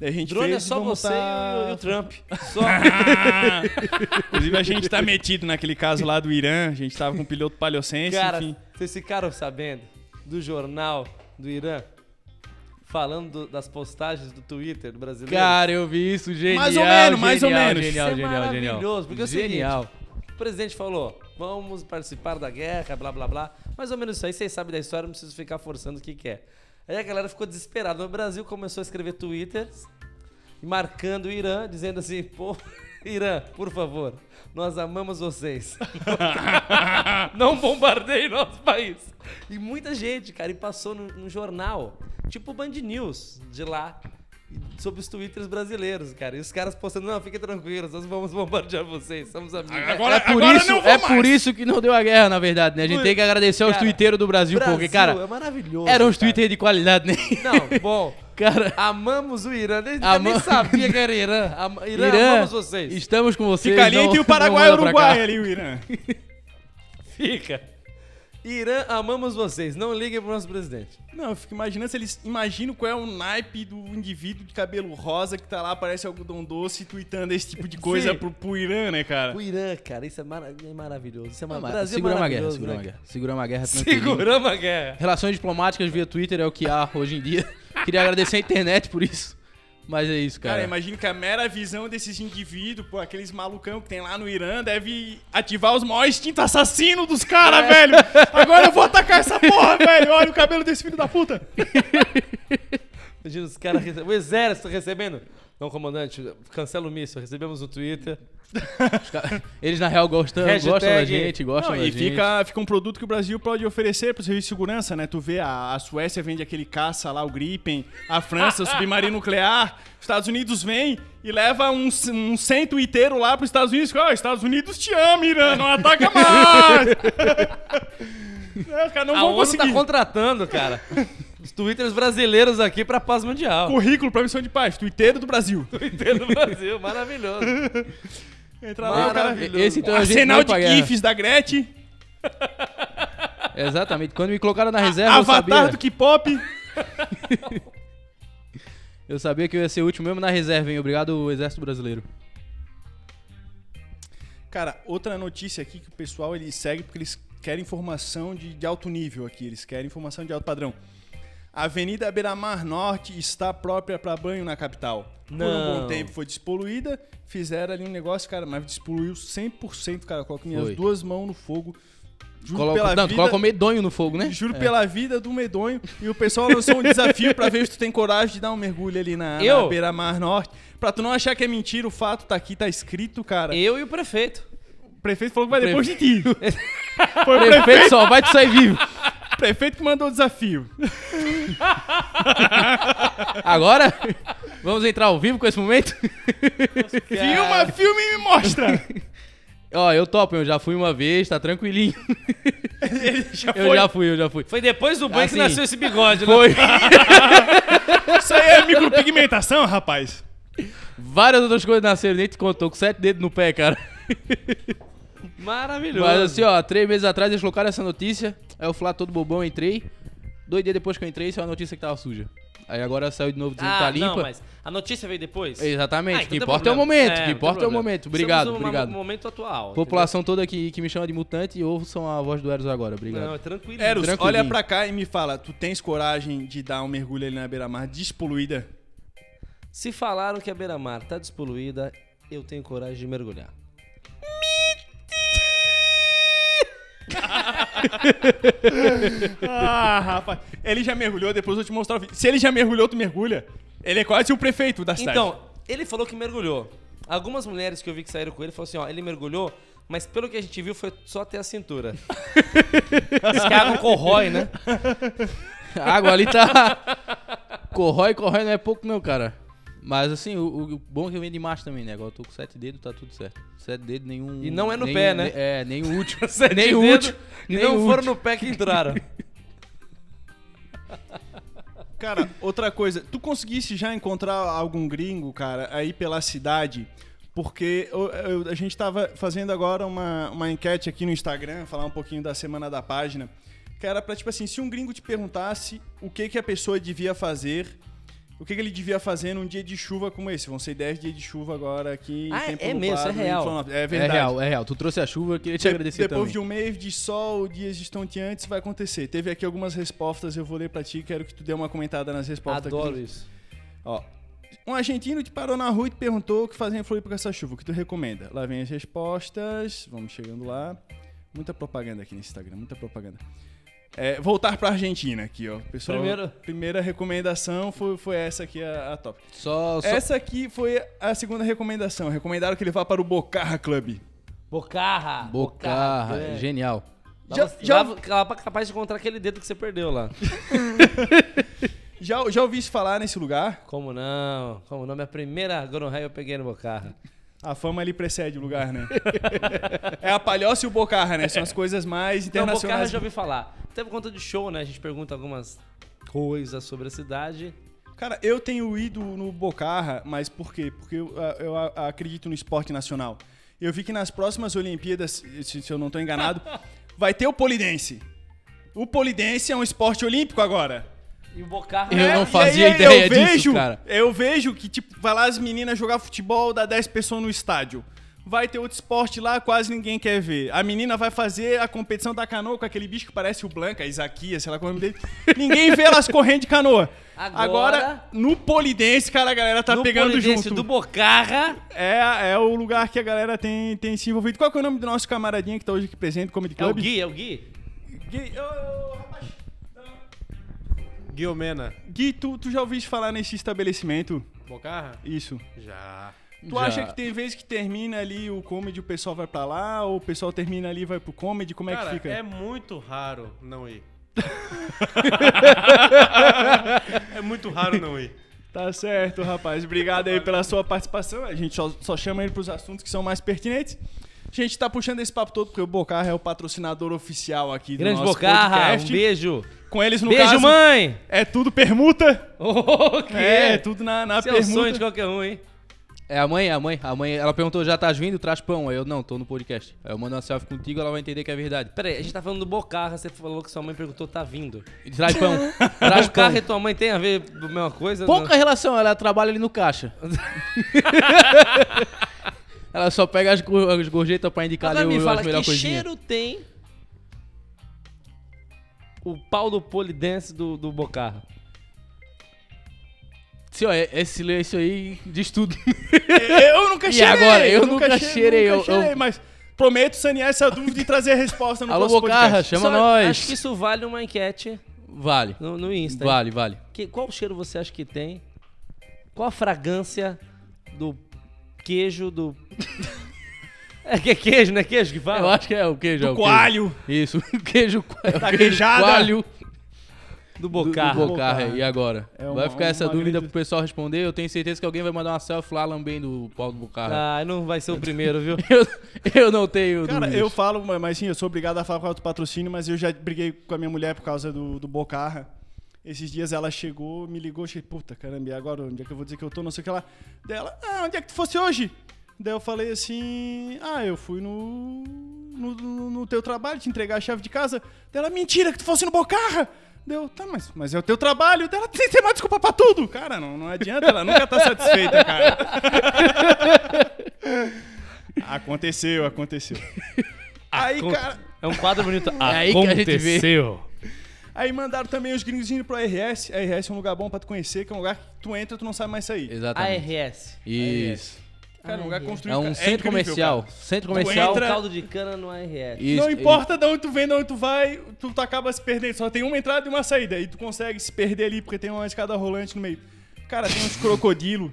Speaker 1: Daí a gente
Speaker 3: Drone
Speaker 1: fez
Speaker 3: é
Speaker 1: e
Speaker 3: só
Speaker 1: vamos
Speaker 3: você
Speaker 1: tá-
Speaker 3: e, o, e o Trump. Só.
Speaker 1: Inclusive, a gente tá metido naquele caso lá do Irã, a gente tava com um piloto paleocense,
Speaker 3: Cara,
Speaker 1: enfim.
Speaker 3: vocês ficaram sabendo do jornal do Irã falando do- das postagens do Twitter do brasileiro?
Speaker 2: Cara, eu vi isso, genial.
Speaker 1: Mais ou menos, mais ou
Speaker 2: genial,
Speaker 1: menos.
Speaker 2: Genial,
Speaker 3: Isso é
Speaker 2: genial, genial.
Speaker 3: maravilhoso, porque é o seguinte-
Speaker 2: genial.
Speaker 3: O presidente falou: vamos participar da guerra, blá blá blá. Mais ou menos isso aí, vocês sabem da história, não preciso ficar forçando o que, que é. Aí a galera ficou desesperada. No Brasil começou a escrever twitters marcando o Irã, dizendo assim: pô, Irã, por favor, nós amamos vocês. não bombardeiem nosso país. E muita gente, cara, e passou no, no jornal, tipo o Band News de lá, e sobre os twitters brasileiros, cara. E os caras postando, não, fiquem tranquilos, nós vamos bombardear vocês, somos amigos.
Speaker 1: Agora-
Speaker 2: é por,
Speaker 1: agora
Speaker 2: isso,
Speaker 1: não vou
Speaker 2: é
Speaker 1: mais.
Speaker 2: por isso que não deu a guerra, na verdade, né? A gente
Speaker 3: Por-
Speaker 2: tem que agradecer aos
Speaker 3: Cara,
Speaker 2: twitteiros do Brasil,
Speaker 3: Brasil,
Speaker 2: porque, um cara,
Speaker 3: é maravilhoso.
Speaker 2: eram os
Speaker 3: cara.
Speaker 2: twitters de qualidade, né?
Speaker 3: Não, bom.
Speaker 2: Cara,
Speaker 3: Amamos o Irã. Nem,
Speaker 2: Ama-
Speaker 3: nem sabia que era Irã. Am- Irã,
Speaker 2: Irã,
Speaker 3: amamos vocês.
Speaker 2: estamos com vocês.
Speaker 1: Fica ali
Speaker 2: não-
Speaker 1: entre o
Speaker 2: não
Speaker 1: Paraguai e o
Speaker 2: manda pra cá.
Speaker 1: Uruguai ali, o Irã.
Speaker 3: Fica. Irã, amamos vocês. Não liguem pro nosso presidente.
Speaker 1: Não, eu fico imaginando se eles. Imagino qual é o naipe do indivíduo de cabelo rosa que tá lá, parece algodão doce, tweetando esse tipo de coisa
Speaker 3: Sim.
Speaker 1: pro, pro Irã, né, cara?
Speaker 3: O Irã, cara, isso é, mara- é maravilhoso. Isso é
Speaker 2: Não,
Speaker 3: mar...
Speaker 2: mas
Speaker 3: Brasil é
Speaker 2: Segura uma guerra,
Speaker 3: maravilhoso,
Speaker 2: segura uma
Speaker 3: né?
Speaker 2: guerra. Segura uma guerra tranquilinho.
Speaker 3: Seguramos a guerra.
Speaker 2: Relações diplomáticas via Twitter é o que há hoje em dia. Queria agradecer a internet por isso. Mas é isso,
Speaker 1: Cara,
Speaker 2: cara.
Speaker 1: imagino que a mera visão desses indivíduos, pô, aqueles malucão que tem lá no Irã, deve ativar os maiores instintos assassinos dos caras, velho. Agora eu vou atacar essa porra, velho. Olha o cabelo desse filho da puta.
Speaker 3: Imagina os caras rece... O exército recebendo. Não, comandante, cancela o míssil. Recebemos no Twitter.
Speaker 2: Eles, na real, gostam,
Speaker 3: Hashtag-
Speaker 2: gostam da gente, gostam
Speaker 1: Não,
Speaker 2: da
Speaker 1: e
Speaker 2: gente.
Speaker 1: fica, fica um produto que o Brasil pode oferecer pro serviço de segurança, né? Tu vê, a, a Suécia vende aquele caça lá, o Gripen, a França, o submarino nuclear, os Estados Unidos vem e leva um, c- um cento inteiro lá pros Estados Unidos. Ó, Estados Unidos te ama, Irã, não ataca mais! É, os caras não
Speaker 3: a
Speaker 1: vão
Speaker 3: ONU
Speaker 1: conseguir.
Speaker 3: tá contratando, cara. os twitters brasileiros aqui pra paz mundial.
Speaker 1: Currículo pra missão de paz, Twitter do Brasil.
Speaker 3: Twitter do Brasil, maravilhoso.
Speaker 1: Entra lá, o cara.
Speaker 3: Maravilhoso.
Speaker 2: Esse então a gente
Speaker 1: Arsenal
Speaker 2: vai pra
Speaker 1: de
Speaker 2: guerra.
Speaker 1: GIFs da Gretchen,
Speaker 2: Exatamente. Quando me colocaram na reserva, eu
Speaker 1: Avatar
Speaker 2: sabia,
Speaker 1: do K-pop.
Speaker 2: eu sabia que eu ia ser útil mesmo na reserva, hein? Obrigado, Exército Brasileiro.
Speaker 1: Cara, outra notícia aqui que o pessoal ele segue porque eles querem informação de, de alto nível aqui, eles querem informação de alto padrão. A Avenida Beira-Mar Norte está própria para banho na capital. Por um bom
Speaker 3: Não.
Speaker 1: tempo foi despoluída, fizeram ali um negócio, cara, mas despoluiu 100%, cara, coloquei minhas
Speaker 2: Foi.
Speaker 1: duas mãos no fogo. Juro
Speaker 2: Coloca,
Speaker 1: pela
Speaker 2: não, tu
Speaker 1: vida,
Speaker 2: coloca o medonho no fogo, né?
Speaker 1: Juro pela vida do medonho. E o pessoal lançou um desafio pra ver se tu tem coragem de dar um mergulho ali na, na
Speaker 3: Eu?
Speaker 1: beira-mar norte. Pra tu não achar que é mentira, o fato tá aqui, tá escrito, cara.
Speaker 3: Eu e o prefeito.
Speaker 1: O prefeito falou que vai
Speaker 2: O
Speaker 1: depois de ti. Foi o
Speaker 2: O prefeito só vai te sair vivo.
Speaker 1: prefeito que mandou o desafio.
Speaker 2: Agora, vamos entrar ao vivo com esse momento?
Speaker 1: É. Filma, filme e me mostra.
Speaker 2: Ó, eu topo, eu já fui uma vez, tá tranquilinho.
Speaker 1: Ele já
Speaker 2: Eu
Speaker 1: foi.
Speaker 2: já fui, eu já fui.
Speaker 3: Foi depois do banho
Speaker 2: Assim,
Speaker 3: que nasceu esse bigode, né?
Speaker 2: Foi
Speaker 1: Isso aí é micropigmentação, rapaz.
Speaker 2: várias outras coisas nasceram, nem te contou, com sete dedos no pé, cara.
Speaker 3: Maravilhoso.
Speaker 2: Mas assim, ó, três meses atrás eles colocaram essa notícia, aí eu fui lá todo bobão, entrei. Dois dias depois que eu entrei, saiu a notícia que tava suja. Aí agora saiu de novo dizendo que
Speaker 3: ah,
Speaker 2: tá
Speaker 3: não,
Speaker 2: limpa.
Speaker 3: mas a notícia veio depois?
Speaker 2: Exatamente,
Speaker 3: Ah,
Speaker 2: o que
Speaker 3: então tem
Speaker 2: importa é o
Speaker 3: problema.
Speaker 2: momento, o
Speaker 3: É,
Speaker 2: que
Speaker 3: não tem
Speaker 2: importa é o
Speaker 3: problema.
Speaker 2: momento. Obrigado,
Speaker 3: Estamos no
Speaker 2: obrigado.
Speaker 3: momento atual.
Speaker 2: População toda que, que me chama de mutante, ouçam a voz do Eros agora,
Speaker 3: entendeu?
Speaker 2: obrigado.
Speaker 3: Não, é tranquilo.
Speaker 1: Eros,
Speaker 2: Tranquilinho.
Speaker 1: olha pra cá e me fala, tu tens coragem de dar um mergulho ali na beira-mar despoluída?
Speaker 3: Se falaram que a beira-mar tá despoluída, eu tenho coragem de mergulhar.
Speaker 1: Ah, rapaz. Ele já mergulhou, depois eu te mostrar o vídeo. Se ele já mergulhou, tu mergulha. Ele é quase o prefeito da cidade.
Speaker 3: Então, ele falou que mergulhou. Algumas mulheres que eu vi que saíram com ele falaram assim, ó, ele mergulhou, mas pelo que a gente viu foi só até a cintura. Diz que a água corrói, né?
Speaker 2: A água ali tá. Corrói, corrói não é pouco, não, cara. Mas assim, o, o- o bom é que eu venho de macho também, né? Agora eu tô com sete dedos, tá tudo certo. Sete dedos, nenhum.
Speaker 3: E não é no
Speaker 2: nenhum-
Speaker 3: pé, né?
Speaker 2: ne- É, nenhum útil.
Speaker 3: Sete
Speaker 2: nem o
Speaker 3: dedos,
Speaker 2: útil.
Speaker 3: nem
Speaker 2: Nem o
Speaker 3: foram
Speaker 2: útil.
Speaker 3: no pé que entraram.
Speaker 1: Cara, outra coisa, tu conseguisse já encontrar algum gringo, cara, aí pela cidade? Porque eu- eu- a gente tava fazendo agora uma, uma enquete aqui no Instagram, falar um pouquinho da semana da página, que era pra, tipo assim, se um gringo te perguntasse o que que a pessoa devia fazer, o que que ele devia fazer num dia de chuva como esse. Vão ser 10 dias de chuva agora aqui. em
Speaker 3: Ah, é-
Speaker 1: tempo
Speaker 3: é mesmo,
Speaker 1: nublado,
Speaker 3: é real.
Speaker 1: em Florianópolis. É
Speaker 2: É
Speaker 1: verdade.
Speaker 2: real, é real. Tu trouxe a chuva, eu queria te
Speaker 1: De-
Speaker 2: agradecer
Speaker 1: Depois
Speaker 2: também.
Speaker 1: de um mês de sol, dias estonteantes, vai acontecer. Teve aqui algumas respostas, eu vou ler pra ti, quero que tu dê uma comentada nas respostas aqui.
Speaker 3: Adoro isso.
Speaker 1: Ó, um argentino te parou na rua e te perguntou o que fazer em Floripa com essa chuva, o que tu recomenda? Lá vem as respostas, vamos chegando lá. Muita propaganda aqui no Instagram, muita propaganda. É, voltar pra Argentina aqui, ó. Pessoal,
Speaker 3: Primeiro-
Speaker 1: Primeira recomendação foi, foi essa aqui, a, a top.
Speaker 2: Só. só...
Speaker 1: Essa aqui foi a segunda recomendação. Recomendaram que ele vá para o Bocarra Club.
Speaker 3: Bocarra.
Speaker 2: Bocarra,
Speaker 3: é.
Speaker 2: genial.
Speaker 1: Já-
Speaker 3: Já,
Speaker 1: já-
Speaker 3: capaz de encontrar aquele dedo que você perdeu lá.
Speaker 1: Já, já ouvi isso falar nesse lugar?
Speaker 3: Como não? Como não? Minha primeira gonorreia eu peguei no Bocarra.
Speaker 1: A fama ali precede o lugar, né? é a palhoça e o Bocarra, né? São as coisas mais
Speaker 3: Então, Bocarra eu
Speaker 1: internacionais.
Speaker 3: já ouvi falar. Até por conta de show, né? A gente pergunta algumas coisas sobre a cidade.
Speaker 1: Cara, eu tenho ido no Bocarra, mas por quê? Porque eu, a- eu a- acredito no esporte nacional. Eu vi que nas próximas Olimpíadas, se, se eu não tô enganado, vai ter o polidense. O polidense é um esporte olímpico agora.
Speaker 3: E o Bocarra...
Speaker 2: Eu
Speaker 1: É,
Speaker 2: não
Speaker 1: e
Speaker 2: fazia
Speaker 1: aí
Speaker 2: ideia
Speaker 1: eu
Speaker 2: disso,
Speaker 1: vejo,
Speaker 2: cara.
Speaker 1: Eu vejo que, tipo, vai lá as meninas jogar futebol, dá 10 pessoas no estádio. Vai ter outro esporte lá, quase ninguém quer ver. A menina vai fazer a competição da canoa com aquele bicho que parece o Blanca, Isaquias, sei lá qual é o nome dele. ninguém vê elas correndo de canoa.
Speaker 3: Agora-
Speaker 1: no polidense, cara, a galera tá
Speaker 3: no
Speaker 1: pegando
Speaker 3: Polidense
Speaker 1: junto.
Speaker 3: do Bocarra
Speaker 1: É, é o lugar que a galera tem, tem se envolvido. Qual que é o nome do nosso camaradinha que tá hoje aqui presente, Comedy
Speaker 3: é o
Speaker 1: Club?
Speaker 3: Gui, é o Gui.
Speaker 1: Gui, ô, ô, rapaz.
Speaker 4: Guiomena.
Speaker 1: Gui, tu, tu já ouviste falar nesse estabelecimento?
Speaker 4: Bocarra?
Speaker 1: Isso.
Speaker 4: Já.
Speaker 1: Tu
Speaker 2: Já.
Speaker 1: acha que tem vezes que termina ali o comedy, o pessoal vai pra lá, ou o pessoal termina ali e vai pro comedy? Como é
Speaker 4: Cara,
Speaker 1: que fica?
Speaker 4: é muito raro não ir. é muito raro não ir.
Speaker 1: Tá certo, rapaz. Obrigado aí pela sua participação. A gente só, só chama ele pros assuntos que são mais pertinentes. A gente tá puxando esse papo todo porque o Bocarra é o patrocinador oficial aqui do
Speaker 3: Grande
Speaker 1: nosso
Speaker 3: Bocarra,
Speaker 1: podcast.
Speaker 3: um beijo.
Speaker 1: Com eles no
Speaker 3: beijo,
Speaker 1: caso,
Speaker 3: mãe!
Speaker 1: é tudo permuta.
Speaker 3: O quê?
Speaker 1: É, é tudo na, na
Speaker 3: Esse é o sonho
Speaker 1: permuta.
Speaker 3: de qualquer um, hein?
Speaker 2: É a mãe, a mãe, a mãe. Ela perguntou, já tá vindo, traz pão. Aí eu, não, tô no podcast. Aí eu mando uma selfie contigo, ela vai entender que é verdade.
Speaker 3: Peraí, a gente tá falando do Bocarra, você falou que sua mãe perguntou, tá vindo.
Speaker 2: Traz pão, traz pão.
Speaker 3: Bocarra e tua mãe tem a ver com a mesma coisa?
Speaker 2: Pouca relação, ela trabalha ali no caixa. ela só pega as, gor- as gorjetas pra indicar
Speaker 3: Agora
Speaker 2: ali
Speaker 3: um me
Speaker 2: o,
Speaker 3: fala,
Speaker 2: as
Speaker 3: que
Speaker 2: melhores coisinhas.
Speaker 3: cheiro tem o pau do polidense do, do Bocarra?
Speaker 2: Sim, ó, é- esse silêncio aí diz tudo.
Speaker 1: Eu nunca
Speaker 2: E
Speaker 1: cheirei.
Speaker 2: agora? Eu nunca cheirei,
Speaker 1: nunca
Speaker 2: eu- eu-
Speaker 1: cheirei, mas Prometo sanear essa dúvida e trazer a resposta no
Speaker 2: Alô,
Speaker 1: próximo
Speaker 2: Bocarra,
Speaker 1: podcast.
Speaker 2: chama
Speaker 3: Só
Speaker 2: nós.
Speaker 3: Acho que isso vale uma enquete
Speaker 2: Vale.
Speaker 3: no, no Insta. hein?
Speaker 2: Vale, vale.
Speaker 3: Que- qual cheiro você acha que tem? Qual a fragrância do queijo do. É que é queijo, não é queijo que
Speaker 2: Eu
Speaker 3: fala?
Speaker 2: acho que é o queijo. é o queijo.
Speaker 1: Coalho.
Speaker 2: Isso, o queijo coalho.
Speaker 1: Tá
Speaker 2: o queijo
Speaker 1: queijada?
Speaker 2: coalho
Speaker 3: Do
Speaker 2: do, do
Speaker 3: bocarra.
Speaker 2: Bocarra. E agora?
Speaker 1: É uma-
Speaker 2: vai ficar essa
Speaker 1: uma
Speaker 2: dúvida
Speaker 1: grande-
Speaker 2: pro pessoal responder. Eu tenho certeza que alguém vai mandar uma selfie lá lambendo o pau do Bocarra.
Speaker 3: Ah, não vai ser o primeiro, viu?
Speaker 2: Eu, eu não tenho
Speaker 1: Cara,
Speaker 2: dúvidas.
Speaker 1: eu falo, mas- mas sim, eu sou obrigado a falar por causa do patrocínio, mas eu já briguei com a minha mulher por causa do, do Bocarra. Esses dias ela chegou, me ligou, achei, puta caramba, e agora onde é que eu vou dizer que eu tô, não sei o que lá. Dela, ah, onde é que tu fosse hoje? Daí eu falei assim, ah, eu fui no, no, no- no teu trabalho te entregar a chave de casa. Dela, mentira, que tu fosse no Bocarra! Deu, tá, mas, mas é o teu trabalho. Dela, tem que ter mais desculpa pra tudo. Cara, não, não adianta, ela nunca tá satisfeita, cara. aconteceu, aconteceu. Aí, cara,
Speaker 3: É um quadro bonito.
Speaker 2: É aí que a gente vê.
Speaker 3: Aconteceu.
Speaker 1: aí mandaram também os gringos indo pro RS. RS é um lugar bom pra tu conhecer, que é um lugar que tu entra e tu não sabe mais sair.
Speaker 3: Ah,
Speaker 2: Exatamente.
Speaker 3: ARS.
Speaker 2: Isso.
Speaker 1: Cara, é um lugar construído.
Speaker 2: É um
Speaker 1: cara,
Speaker 2: centro
Speaker 1: incrível,
Speaker 2: comercial.
Speaker 1: cara.
Speaker 2: Centro
Speaker 3: É
Speaker 2: comercial.
Speaker 3: um
Speaker 1: entra-
Speaker 3: caldo de cana no ARS.
Speaker 2: Isso,
Speaker 1: não
Speaker 2: e-
Speaker 1: importa de onde tu vem, de onde tu vai, tu, tu acaba se perdendo. Só tem uma entrada e uma saída. E tu consegue se perder ali, porque tem uma escada rolante no meio. Cara, tem uns crocodilo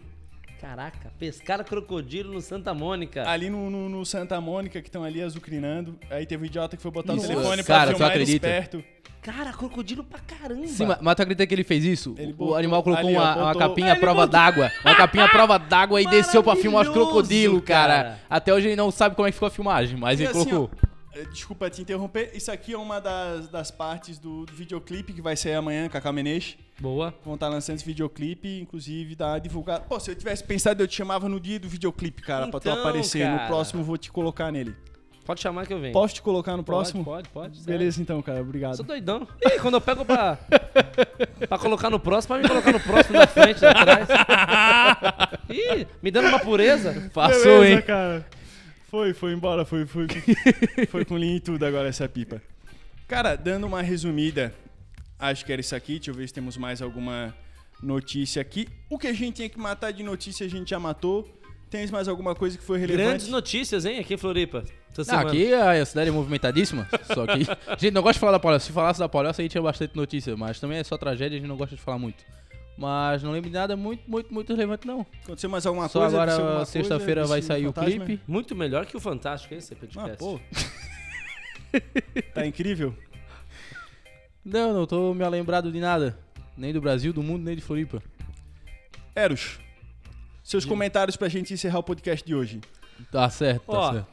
Speaker 3: Caraca, pescaram crocodilo no Santa Mônica.
Speaker 1: ali no, no- no Santa Mônica que estão ali azucrinando. Aí teve um idiota que foi botar
Speaker 2: Isso,
Speaker 1: o telefone
Speaker 2: cara,
Speaker 1: pra
Speaker 2: tu
Speaker 1: filmar eles
Speaker 2: acredita?
Speaker 1: perto.
Speaker 3: Cara, crocodilo pra caramba.
Speaker 2: Sim, ma- mas tu acredita que ele fez isso?
Speaker 1: Ele
Speaker 2: o
Speaker 1: botou-
Speaker 2: animal colocou
Speaker 1: ali, ó,
Speaker 2: uma, uma
Speaker 1: botou-
Speaker 2: capinha
Speaker 1: Ah,
Speaker 2: à
Speaker 1: ele
Speaker 2: prova
Speaker 1: botou-
Speaker 2: d'água. Uma capinha à prova d'água e desceu pra filmar os
Speaker 3: Maravilhoso,
Speaker 2: crocodilos, cara.
Speaker 3: cara.
Speaker 2: Até hoje ele não sabe como é que ficou a filmagem, mas
Speaker 1: E
Speaker 2: ele
Speaker 1: assim,
Speaker 2: colocou.
Speaker 1: ó, eh, desculpa te interromper. Isso aqui é uma das, das partes do, do videoclipe que vai sair amanhã, Cacá Menezes.
Speaker 3: Boa.
Speaker 1: Vão estar lançando esse videoclipe, inclusive da divulgada. Pô, se eu tivesse pensado, eu te chamava no dia do videoclipe, cara, pra tu
Speaker 3: Então,
Speaker 1: aparecer.
Speaker 3: cara.
Speaker 1: No próximo eu vou te colocar nele.
Speaker 3: Pode chamar que eu venho.
Speaker 1: Posso te colocar no próximo?
Speaker 3: Pode, pode. pode
Speaker 1: Beleza então, cara,
Speaker 3: Sou
Speaker 1: obrigado.
Speaker 3: doidão. Ih, quando eu pego pra, pra colocar no próximo, pra me colocar no próximo, na frente, na trás. Ih, me dando uma pureza.
Speaker 2: Passou,
Speaker 1: Beleza,
Speaker 2: hein?
Speaker 1: cara. Foi, foi embora, foi, foi. foi com linha e tudo agora essa pipa. Cara, dando uma resumida, acho que era isso aqui. Deixa eu ver se temos mais alguma notícia aqui. O que a gente tinha que matar de notícia, a gente já matou. Tens mais alguma coisa que foi relevante?
Speaker 3: Grandes notícias, hein, aqui em Floripa. Essa
Speaker 2: Não,
Speaker 3: semana.
Speaker 2: aqui a cidade é movimentadíssima, só que... A gente não gosta de falar da palhoça. Se falasse da palhoça, aí tinha bastante notícia, mas também é só tragédia, a gente não gosta de falar muito. Mas não lembro de nada muito, muito, muito relevante, não.
Speaker 1: Aconteceu mais alguma
Speaker 2: Só
Speaker 1: coisa? Aconteceu
Speaker 2: agora,
Speaker 1: alguma
Speaker 2: sexta-feira,
Speaker 1: coisa
Speaker 2: vai
Speaker 1: desse
Speaker 2: sair
Speaker 1: fantasma?
Speaker 2: o clipe.
Speaker 3: Muito melhor que o Fantástico, esse podcast.
Speaker 1: Ah, pô. tá incrível?
Speaker 2: Não, não tô me lembrado de nada. Nem do Brasil, do mundo, nem de Floripa.
Speaker 1: Eros, seus comentários pra gente encerrar o podcast de hoje.
Speaker 2: Tá certo, tá
Speaker 3: Ó,
Speaker 2: certo.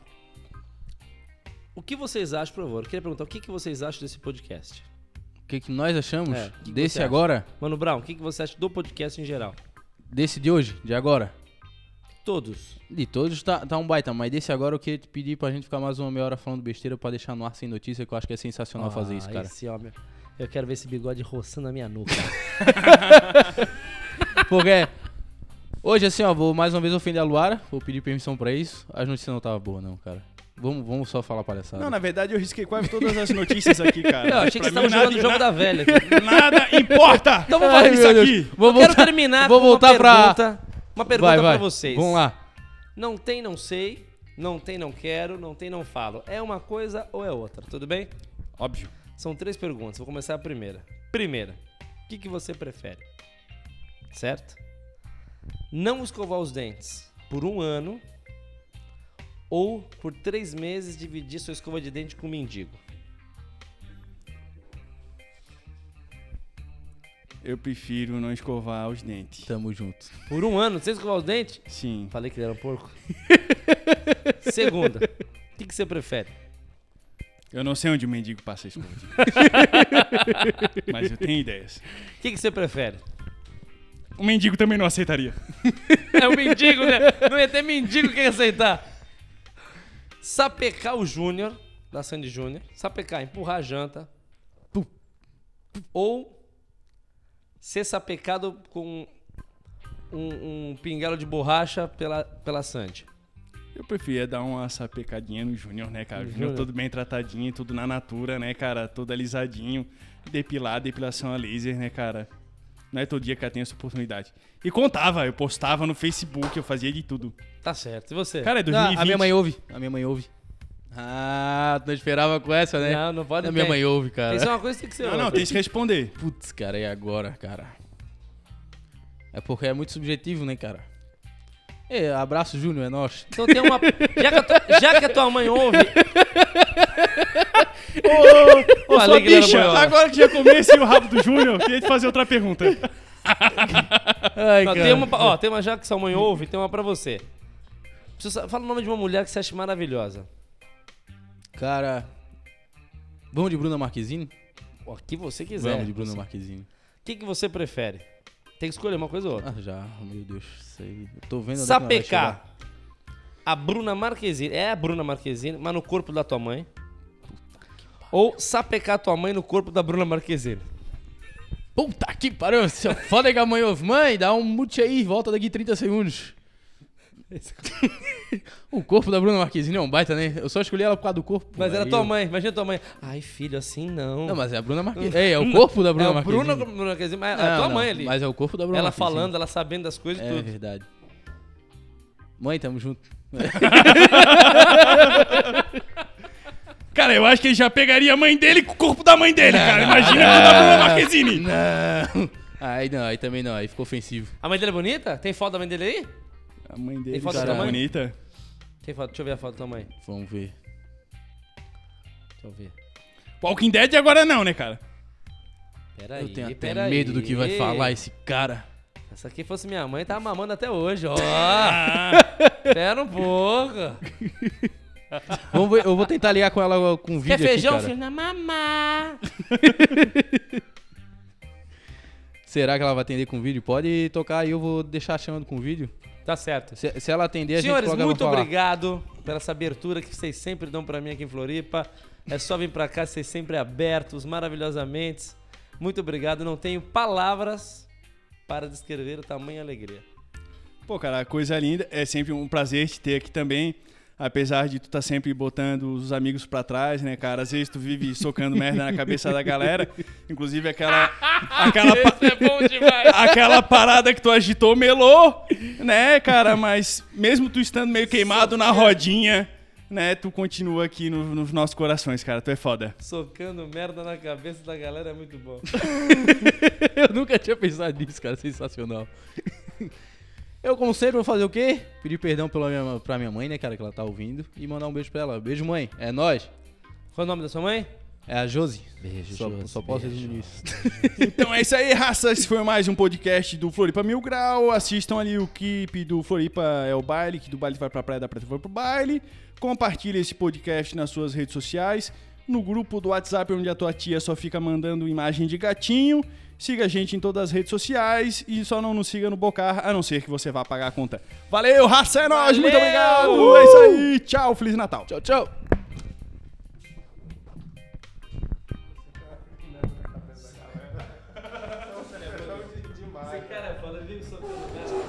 Speaker 3: O que vocês acham, por favor? Eu queria perguntar o que, que vocês acham desse podcast.
Speaker 2: O que, que nós achamos
Speaker 3: É, o que
Speaker 2: desse
Speaker 3: você acha?
Speaker 2: agora?
Speaker 3: Mano Brown, o que, que você acha do podcast em geral?
Speaker 2: Desse de hoje, de agora?
Speaker 3: Todos.
Speaker 2: De todos tá, tá um baita, mas desse agora eu queria te pedir pra gente ficar mais uma meia hora falando besteira pra deixar no ar sem notícia, que eu acho que é sensacional fazer isso,
Speaker 3: Ah,
Speaker 2: cara.
Speaker 3: Esse homem. Eu quero ver esse bigode roçando a minha nuca.
Speaker 2: Porque hoje, assim, ó, vou mais uma vez ofender a Luara, vou pedir permissão pra isso. As notícias não tava boa não, cara. Vamos, vamos só falar palhaçada.
Speaker 1: Não, na verdade eu risquei quase todas as notícias aqui, cara.
Speaker 3: Eu achei que
Speaker 1: Pra
Speaker 3: vocês estavam
Speaker 1: mim, nada-
Speaker 3: jogando o jogo da velha. aqui.
Speaker 1: Nada importa!
Speaker 3: Então
Speaker 2: Ai,
Speaker 3: vamos falar
Speaker 2: meu
Speaker 3: isso
Speaker 2: Deus.
Speaker 3: aqui.
Speaker 2: Vou
Speaker 3: Eu quero
Speaker 2: voltar-
Speaker 3: terminar
Speaker 2: vou
Speaker 3: com uma
Speaker 2: voltar pra-
Speaker 3: pergunta. Uma pergunta
Speaker 2: vai, vai.
Speaker 3: pra vocês.
Speaker 2: Vamos lá.
Speaker 3: Não tem, não sei. Não tem, não quero. Não tem, não falo. É uma coisa ou é outra, tudo bem?
Speaker 1: Óbvio.
Speaker 3: São três perguntas. Vou começar a primeira. Primeira. O que, que você prefere? Certo? Não escovar os dentes por um ano ou por três meses dividir sua escova de dente com um mendigo?
Speaker 1: Eu prefiro não escovar os dentes.
Speaker 2: Tamo junto.
Speaker 3: Por um ano, sem escovar os dentes?
Speaker 1: Sim.
Speaker 3: Falei que ele era um porco. Segunda. O que, que você prefere?
Speaker 1: Eu não sei onde o mendigo passa a escova. de dente. Mas eu tenho ideias.
Speaker 3: O que, que você prefere?
Speaker 1: O mendigo também não aceitaria.
Speaker 3: É um mendigo, né? Não ia ter mendigo que ia aceitar. Sapecar o Júnior, da Sandy Júnior. Sapecar, empurrar a janta. Pum, pum. Ou ser sapecado com um, um pinguelo de borracha pela, pela Sandy.
Speaker 1: Eu preferia dar uma sapecadinha no Júnior, né, cara? O Júnior
Speaker 3: Júnior.
Speaker 1: todo bem tratadinho, tudo na natura, né, cara? Todo alisadinho. Depilar, depilação a laser, né, cara? Não é todo dia que eu tenho essa oportunidade. E contava, eu postava no Facebook, eu fazia de tudo.
Speaker 3: Tá certo. E você?
Speaker 1: Cara, é
Speaker 2: Ah,
Speaker 1: 2020.
Speaker 2: a minha mãe ouve, a minha mãe ouve. Ah, tu não esperava com essa, né?
Speaker 3: Não, não pode
Speaker 2: A minha
Speaker 3: ter.
Speaker 2: mãe ouve, cara.
Speaker 3: Isso é uma coisa que tem que ser.
Speaker 1: Não, não, tem que responder.
Speaker 2: Putz, cara, e agora, cara? É porque é muito subjetivo, né, cara? É, abraço, Júnior, é nóis.
Speaker 3: Então tem uma. Já que a tua, já que a tua mãe ouve.
Speaker 1: Ô, sua
Speaker 3: Alegre
Speaker 1: bicha,
Speaker 3: Lagoa.
Speaker 1: agora que já comecei o rabo do Júnior, queria te fazer outra pergunta.
Speaker 2: Ai,
Speaker 3: Não, tem uma, pra- ó, tem uma já que sua mãe ouve, tem uma pra você. Você sa- Fala o nome de uma mulher que você acha maravilhosa.
Speaker 2: Cara, vamos de Bruna Marquezine?
Speaker 3: O que você quiser.
Speaker 2: Vamos de Bruna
Speaker 3: Você-
Speaker 2: Marquezine.
Speaker 3: O que, que você prefere? Tem que escolher uma coisa ou outra.
Speaker 2: Ah, já, meu Deus, isso aí. Eu tô vendo... onde é que ela vai
Speaker 3: Sapecar. A Bruna Marquezine. É a Bruna Marquezine, mas no corpo da tua mãe. Ou sapecar tua mãe no corpo da Bruna Marquezine.
Speaker 2: chegar. Puta que pariu, seu foda que a mãe ouve. Mãe, dá um mute aí, volta daqui 30 segundos. o corpo da Bruna Marquezine é um baita, né? Eu só escolhi ela por causa do corpo.
Speaker 3: Mas era
Speaker 2: Aí
Speaker 3: tua
Speaker 2: eu-
Speaker 3: mãe, imagina tua mãe. Ai, filho, assim não.
Speaker 2: Não, mas é a Bruna Marquezine. É, é o corpo da Bruna
Speaker 3: é a
Speaker 2: Marquezine.
Speaker 3: Bruna Marquezine, mas é a
Speaker 2: Não,
Speaker 3: tua
Speaker 2: não,
Speaker 3: mãe ali.
Speaker 2: Mas é o corpo da Bruna
Speaker 3: ela
Speaker 2: Marquezine.
Speaker 3: falando, ela sabendo das coisas e
Speaker 2: É
Speaker 3: tudo.
Speaker 2: verdade. Mãe, tamo junto.
Speaker 1: Cara, eu acho que ele já pegaria a mãe dele com o corpo da mãe dele, cara. Imagina a da Bruna Marquezine.
Speaker 2: Não. Aí não, aí também não, aí ficou ofensivo.
Speaker 3: A mãe dele é bonita? Tem foto da mãe dele aí?
Speaker 1: A mãe dele
Speaker 3: Tem foto
Speaker 2: da
Speaker 1: cara,
Speaker 2: mãe?
Speaker 1: bonita.
Speaker 3: Tem foto, deixa eu ver a foto da tua mãe.
Speaker 2: Vamos ver.
Speaker 3: Deixa eu ver.
Speaker 1: Walking Dead agora não, né, cara?
Speaker 3: Peraí,
Speaker 2: Eu tenho até
Speaker 3: peraí.
Speaker 2: medo do que vai falar esse cara.
Speaker 3: Essa aqui fosse minha mãe, tá mamando até hoje, ó. Pera um pouco.
Speaker 2: Vamos ver, eu vou tentar ligar com ela com um vídeo
Speaker 3: Quer feijão,
Speaker 2: aqui, cara.
Speaker 3: filho? Na mamá.
Speaker 2: Será que ela vai atender com vídeo? Pode tocar aí, eu vou deixar chamando com vídeo.
Speaker 3: Tá certo.
Speaker 2: Se, se ela atender, a gente
Speaker 3: Senhores,
Speaker 2: coloca
Speaker 3: muito
Speaker 2: ela pra falar.
Speaker 3: obrigado por essa abertura que vocês sempre dão pra mim aqui em Floripa. É só vir pra cá, vocês sempre abertos, maravilhosamente. Muito obrigado. Não tenho palavras para descrever o tamanho e alegria.
Speaker 1: Pô, cara, coisa linda. É sempre um prazer te ter aqui também. Apesar de tu tá sempre botando os amigos pra trás, né, cara? Às vezes tu vive socando merda na cabeça da galera. Inclusive aquela. aquela pa-
Speaker 3: É bom demais.
Speaker 1: aquela parada que tu agitou melou, né, cara? Mas mesmo tu estando meio queimado na rodinha, né, tu continua aqui no- nos nossos corações, cara. Tu é foda.
Speaker 3: Socando merda na cabeça da galera é muito bom.
Speaker 2: Eu nunca tinha pensado nisso, cara. Sensacional. Eu, como sempre, vou fazer o quê? Pedir perdão pela minha, pra minha mãe, né, cara, que ela tá ouvindo. E mandar um beijo pra ela. Beijo, mãe. É nóis.
Speaker 3: Qual o nome da sua mãe?
Speaker 2: É a Josi. Beijo, só,
Speaker 3: Josi,
Speaker 2: Só posso
Speaker 3: beijo.
Speaker 2: resumir isso.
Speaker 1: Então é isso aí, raça. Esse foi mais um podcast do Floripa Mil Grau. Assistam ali o clipe do Floripa é o baile, que do baile vai pra praia, da praia vai pro baile. Compartilha esse podcast nas suas redes sociais. No grupo do WhatsApp, onde a tua tia só fica mandando imagem de gatinho. Siga a gente em todas as redes sociais e só não nos siga no Bocar, a não ser que você vá pagar a conta. Valeu, raça é nóis, muito
Speaker 3: Valeu!
Speaker 1: obrigado. É isso aí, tchau, Feliz Natal.
Speaker 2: Tchau, tchau.
Speaker 3: Esse cara é foda, vive socando merda.